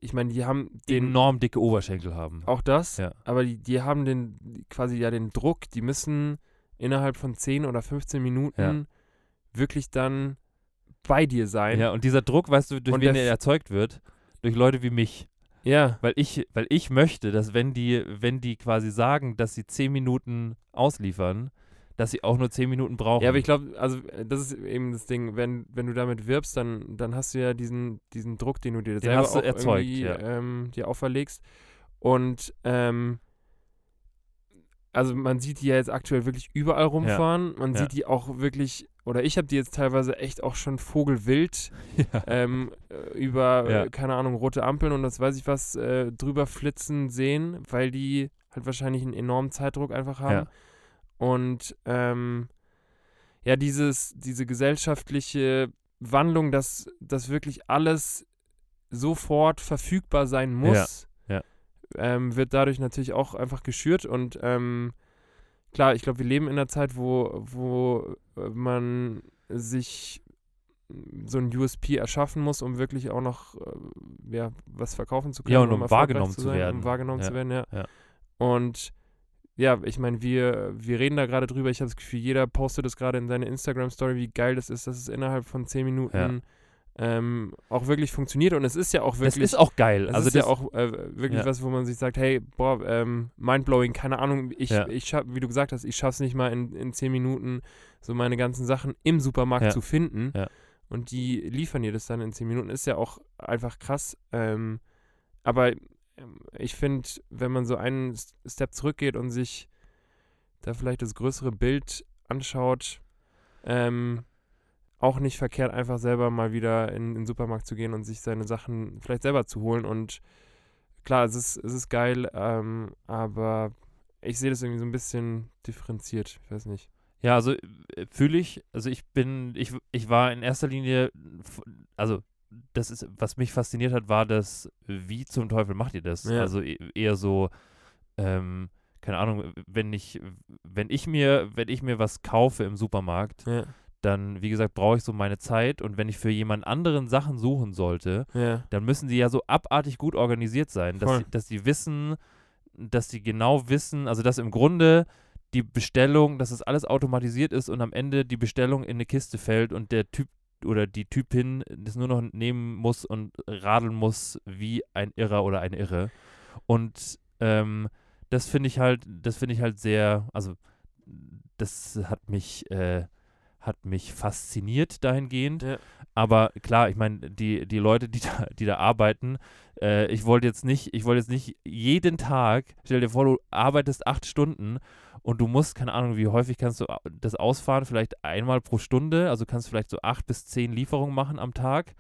ich meine, die haben den enorm dicke Oberschenkel haben. auch das, Ja. aber die, die haben den die- quasi ja den Druck, die müssen innerhalb von 10 oder 15 Minuten wirklich dann bei dir sein. Ja, und dieser Druck, weißt du, durch Und wen der der F- erzeugt wird? Durch Leute wie mich. Ja, Weil ich, weil ich möchte, dass wenn die, wenn die quasi sagen, dass sie zehn Minuten ausliefern, dass sie auch nur zehn Minuten brauchen. ja aber ich glaube, also äh, das ist eben das Ding, wenn, wenn du damit wirbst, dann, dann hast du ja diesen, diesen Druck, den du dir selber hast du auch erzeugt, irgendwie, ja. ähm, dir auferlegst. Und ähm, also man sieht die ja jetzt aktuell wirklich überall rumfahren. Man Ja. sieht die auch wirklich, oder ich habe die jetzt teilweise echt auch schon vogelwild ja. ähm, äh, über, Ja. äh, keine Ahnung, rote Ampeln und das weiß ich was äh, drüber flitzen sehen, weil die halt wahrscheinlich einen enormen Zeitdruck einfach haben. Und ähm, ja, dieses, diese gesellschaftliche Wandlung, dass, dass wirklich alles sofort verfügbar sein muss, Ja, ja. Ähm, wird dadurch natürlich auch einfach geschürt und ähm, klar, ich glaube, wir leben in einer Zeit, wo, wo äh, man sich mm, so ein USP erschaffen muss, um wirklich auch noch äh, ja, was verkaufen zu können. Ja, und um erfolgreich wahrgenommen zu sein, werden. Um wahrgenommen Ja, zu werden, ja. ja. Und ja, ich meine, wir, wir reden da gerade drüber. Ich habe das Gefühl, jeder postet es gerade in seine Instagram-Story, wie geil das ist, dass es innerhalb von 10 Minuten Ja. ähm, auch wirklich funktioniert. Und es ist ja auch Das wirklich. ist auch geil. es also ist das, ja auch äh, wirklich ja. was, wo man sich sagt, hey, boah, ähm, mindblowing, keine Ahnung, ich, Ja. ich schaff, wie du gesagt hast, ich schaff's nicht mal in, in zehn Minuten, so meine ganzen Sachen im Supermarkt Ja. zu finden. Ja. Und die liefern dir das dann in zehn Minuten. Ist ja auch einfach krass. Ähm, aber ähm, ich finde, wenn man so einen S- Step zurückgeht und sich da vielleicht das größere Bild anschaut, ähm, auch nicht verkehrt, einfach selber mal wieder in, in den Supermarkt zu gehen und sich seine Sachen vielleicht selber zu holen. Und klar, es ist, es ist geil, ähm, aber ich sehe das irgendwie so ein bisschen differenziert. Ich weiß nicht. Ja, also fühle ich, also ich bin, ich, ich war in erster Linie, f- also das ist, was mich fasziniert hat, war das, wie zum Teufel macht ihr das? Ja. Also e- eher so, ähm, keine Ahnung, wenn ich, wenn ich mir, wenn ich mir was kaufe im Supermarkt, Ja, dann, wie gesagt, brauche ich so meine Zeit und wenn ich für jemand anderen Sachen suchen sollte, ja, dann müssen sie ja so abartig gut organisiert sein, dass Voll. sie, dass sie wissen, dass sie genau wissen, also dass im Grunde die Bestellung, dass das alles automatisiert ist und am Ende die Bestellung in eine Kiste fällt und der Typ oder die Typin das nur noch nehmen muss und radeln muss wie ein Irrer oder eine Irre. Und ähm, das finde ich halt, das finde ich halt sehr, also das hat mich, äh, hat mich fasziniert dahingehend. Ja. Aber klar, ich meine, die, die Leute, die da, die da arbeiten, äh, ich wollte jetzt nicht, ich wollte jetzt nicht jeden Tag, stell dir vor, du arbeitest acht Stunden und du musst, keine Ahnung, wie häufig kannst du au- das ausfahren, vielleicht einmal pro Stunde, also kannst vielleicht so acht bis zehn Lieferungen machen am Tag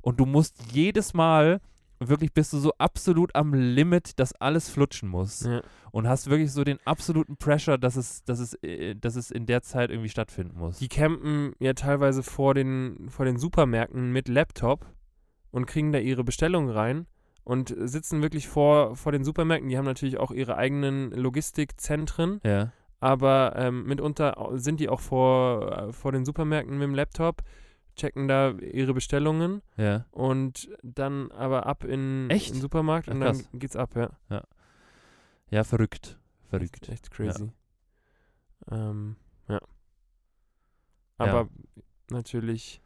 und du musst jedes Mal, wirklich bist du so absolut am Limit, dass alles flutschen muss ja. und hast wirklich so den absoluten Pressure, dass es, dass es, äh, dass es in der Zeit irgendwie stattfinden muss. Die campen ja teilweise vor den, vor den Supermärkten mit Laptop und kriegen da ihre Bestellung rein und sitzen wirklich vor, vor den Supermärkten. Die haben natürlich auch ihre eigenen Logistikzentren, ja, aber ähm, mitunter au- sind die auch vor, äh, vor den Supermärkten mit dem Laptop, checken da ihre Bestellungen ja. und dann aber ab in Echt? in den Supermarkt und Ach, dann krass. geht's ab, ja. Ja, verrückt. Verrückt. Echt, echt crazy. Ähm, ja. Aber natürlich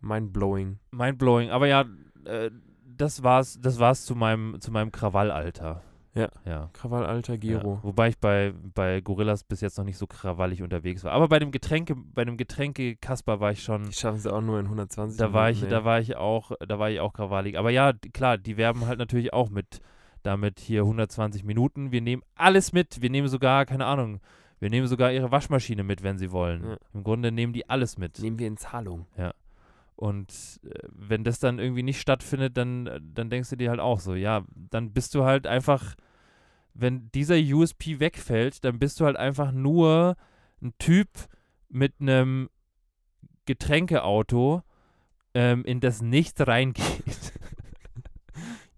mindblowing. Mindblowing. Aber ja, äh, das war's, das war's zu meinem, zu meinem Krawallalter. Ja. Ja. Krawall alter Gero. Ja. Wobei ich bei, bei Gorillas bis jetzt noch nicht so krawallig unterwegs war. Aber bei dem Getränke, bei dem Getränke Kasper war ich schon. Die schaffen es auch nur in 120 Da war ich, Minuten, da war ich auch, da war ich auch krawallig. Aber ja, d- klar, die werben halt natürlich auch mit damit hier 120 Minuten. Wir nehmen alles mit. Wir nehmen sogar, keine Ahnung, wir nehmen sogar ihre Waschmaschine mit, wenn sie wollen. Ja. Im Grunde nehmen die alles mit. Nehmen wir in Zahlung. Und äh, wenn das dann irgendwie nicht stattfindet, dann, äh, dann denkst du dir halt auch so, ja, dann bist du halt einfach, wenn dieser USP wegfällt, dann bist du halt einfach nur ein Typ mit einem Getränkeauto, ähm, in das nichts reingeht.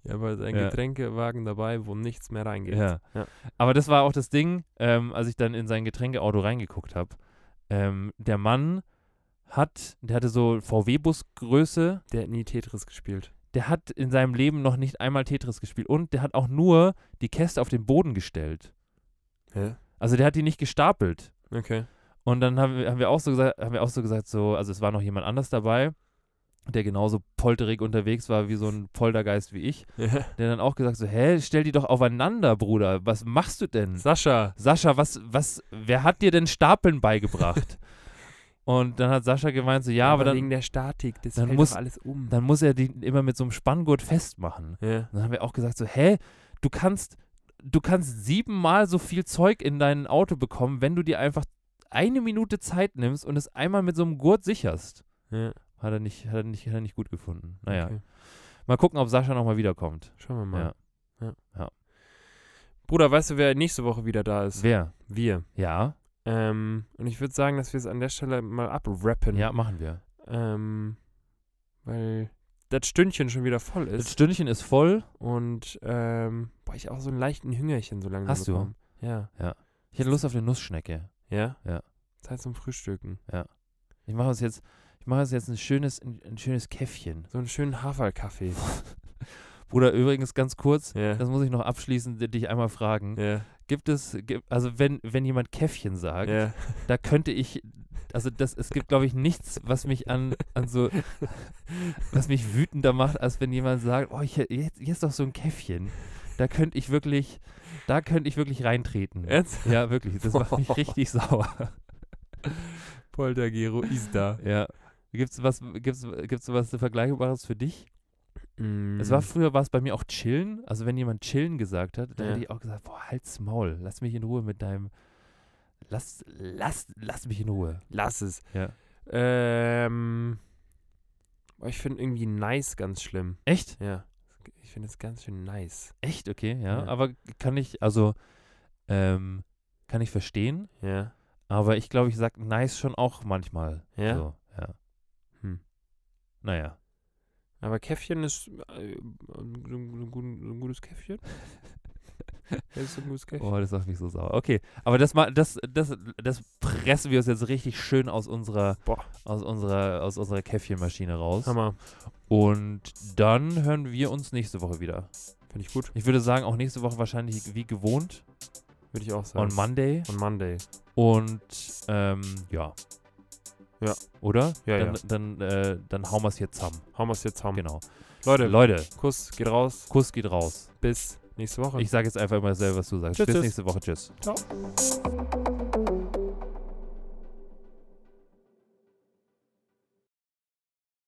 Ja, aber ein Ja. Getränkewagen dabei, wo nichts mehr reingeht. Ja. Aber das war auch das Ding, ähm, als ich dann in sein Getränkeauto reingeguckt habe. Ähm, der Mann hat, der hatte so VW-Busgröße, Der hat nie Tetris gespielt. der hat in seinem Leben noch nicht einmal Tetris gespielt und der hat auch nur die Käste auf den Boden gestellt. Hä? Also der hat die nicht gestapelt. Okay. Und dann haben wir, haben wir auch so gesagt, haben wir auch so gesagt, so, also es war noch jemand anders dabei, der genauso polterig unterwegs war wie so ein Poltergeist wie ich, der dann auch gesagt so, hä, stell die doch aufeinander, Bruder, was machst du denn? Sascha. Sascha, was, was, wer hat dir denn Stapeln beigebracht? und dann hat Sascha gemeint so, ja, aber Wegen dann, der Statik, das dann fällt muss- doch alles um. dann muss er die immer mit so einem Spanngurt festmachen. ja. Und dann haben wir auch gesagt so, hä, du kannst, du kannst siebenmal so viel Zeug in dein Auto bekommen, wenn du dir einfach eine Minute Zeit nimmst und es einmal mit so einem Gurt sicherst. ja. Hat er nicht, hat er nicht, hat er nicht gut gefunden. Naja, Okay. mal gucken, ob Sascha nochmal wiederkommt. Schauen wir mal. Ja. Bruder, weißt du, wer nächste Woche wieder da ist? Wer? Wir. Ja, Ähm, und ich würde sagen, dass wir es an der Stelle mal abrappen. ja, machen wir. Ähm, weil das Stündchen schon wieder voll Das ist. Stündchen ist voll. Und ähm, boah, ich auch so einen leichten Hüngerchen so langsam Hast du? bekommen. Ja. Ich hätte Lust auf eine Nussschnecke. Ja? Ja. Zeit zum Frühstücken. Ich mache uns jetzt, ich mache uns jetzt ein schönes, ein, ein schönes Käffchen. So einen schönen Haferkaffee. Bruder, übrigens ganz kurz, ja. das muss ich noch abschließend dich einmal fragen. Ja. Gibt es, gibt, also wenn, wenn jemand Käffchen sagt, Ja. da könnte ich, also das, es gibt glaube ich nichts, was mich an, an so, was mich wütender macht, als wenn jemand sagt, oh, ich, hätte jetzt, jetzt doch so ein Käffchen. Da könnte ich wirklich, da könnte ich wirklich reintreten. Ernst? Ja, wirklich, das macht mich richtig sauer. Poltergero ist da. Ja. Gibt's was, gibt's, gibt's was Vergleichbares für dich? Mm. Es war früher, war es bei mir auch chillen. Also wenn jemand chillen gesagt hat, dann Ja. hätte ich auch gesagt, boah, halt's Maul, lass mich in Ruhe mit deinem, lass, lass, lass mich in Ruhe. Lass es. Ja. Ähm, boah, ich finde irgendwie nice ganz schlimm. Echt? Ja. Ich finde es ganz schön nice. Echt? Okay, ja. Ja. Aber kann ich, also, ähm, kann ich verstehen. Ja. Aber ich glaube, ich sag nice schon auch manchmal. Ja. So, ja. Hm. Naja. Aber Käffchen ist äh, ein, ein, ein, ein gutes Käffchen. Das ist ein gutes Käffchen. Oh, das macht mich so sauer. Okay, aber das, ma- das, das, das pressen wir uns jetzt richtig schön aus unserer, Boah. aus unserer, aus unserer Käffchenmaschine raus. Hammer. Und dann hören wir uns nächste Woche wieder. Finde ich gut. Ich würde sagen, auch nächste Woche wahrscheinlich wie gewohnt. Würde ich auch sagen. On Monday. On Monday. Und ähm, ja. Ja. Oder? Ja, dann, ja. Dann, äh, dann hauen wir es hier zusammen. Haben wir es jetzt haben. Genau. Leute, Leute, Kuss geht raus. Kuss geht raus. Bis nächste Woche. Ich sage jetzt einfach immer selber, was du sagst. Tschüss, Bis tschüss. nächste Woche. Tschüss.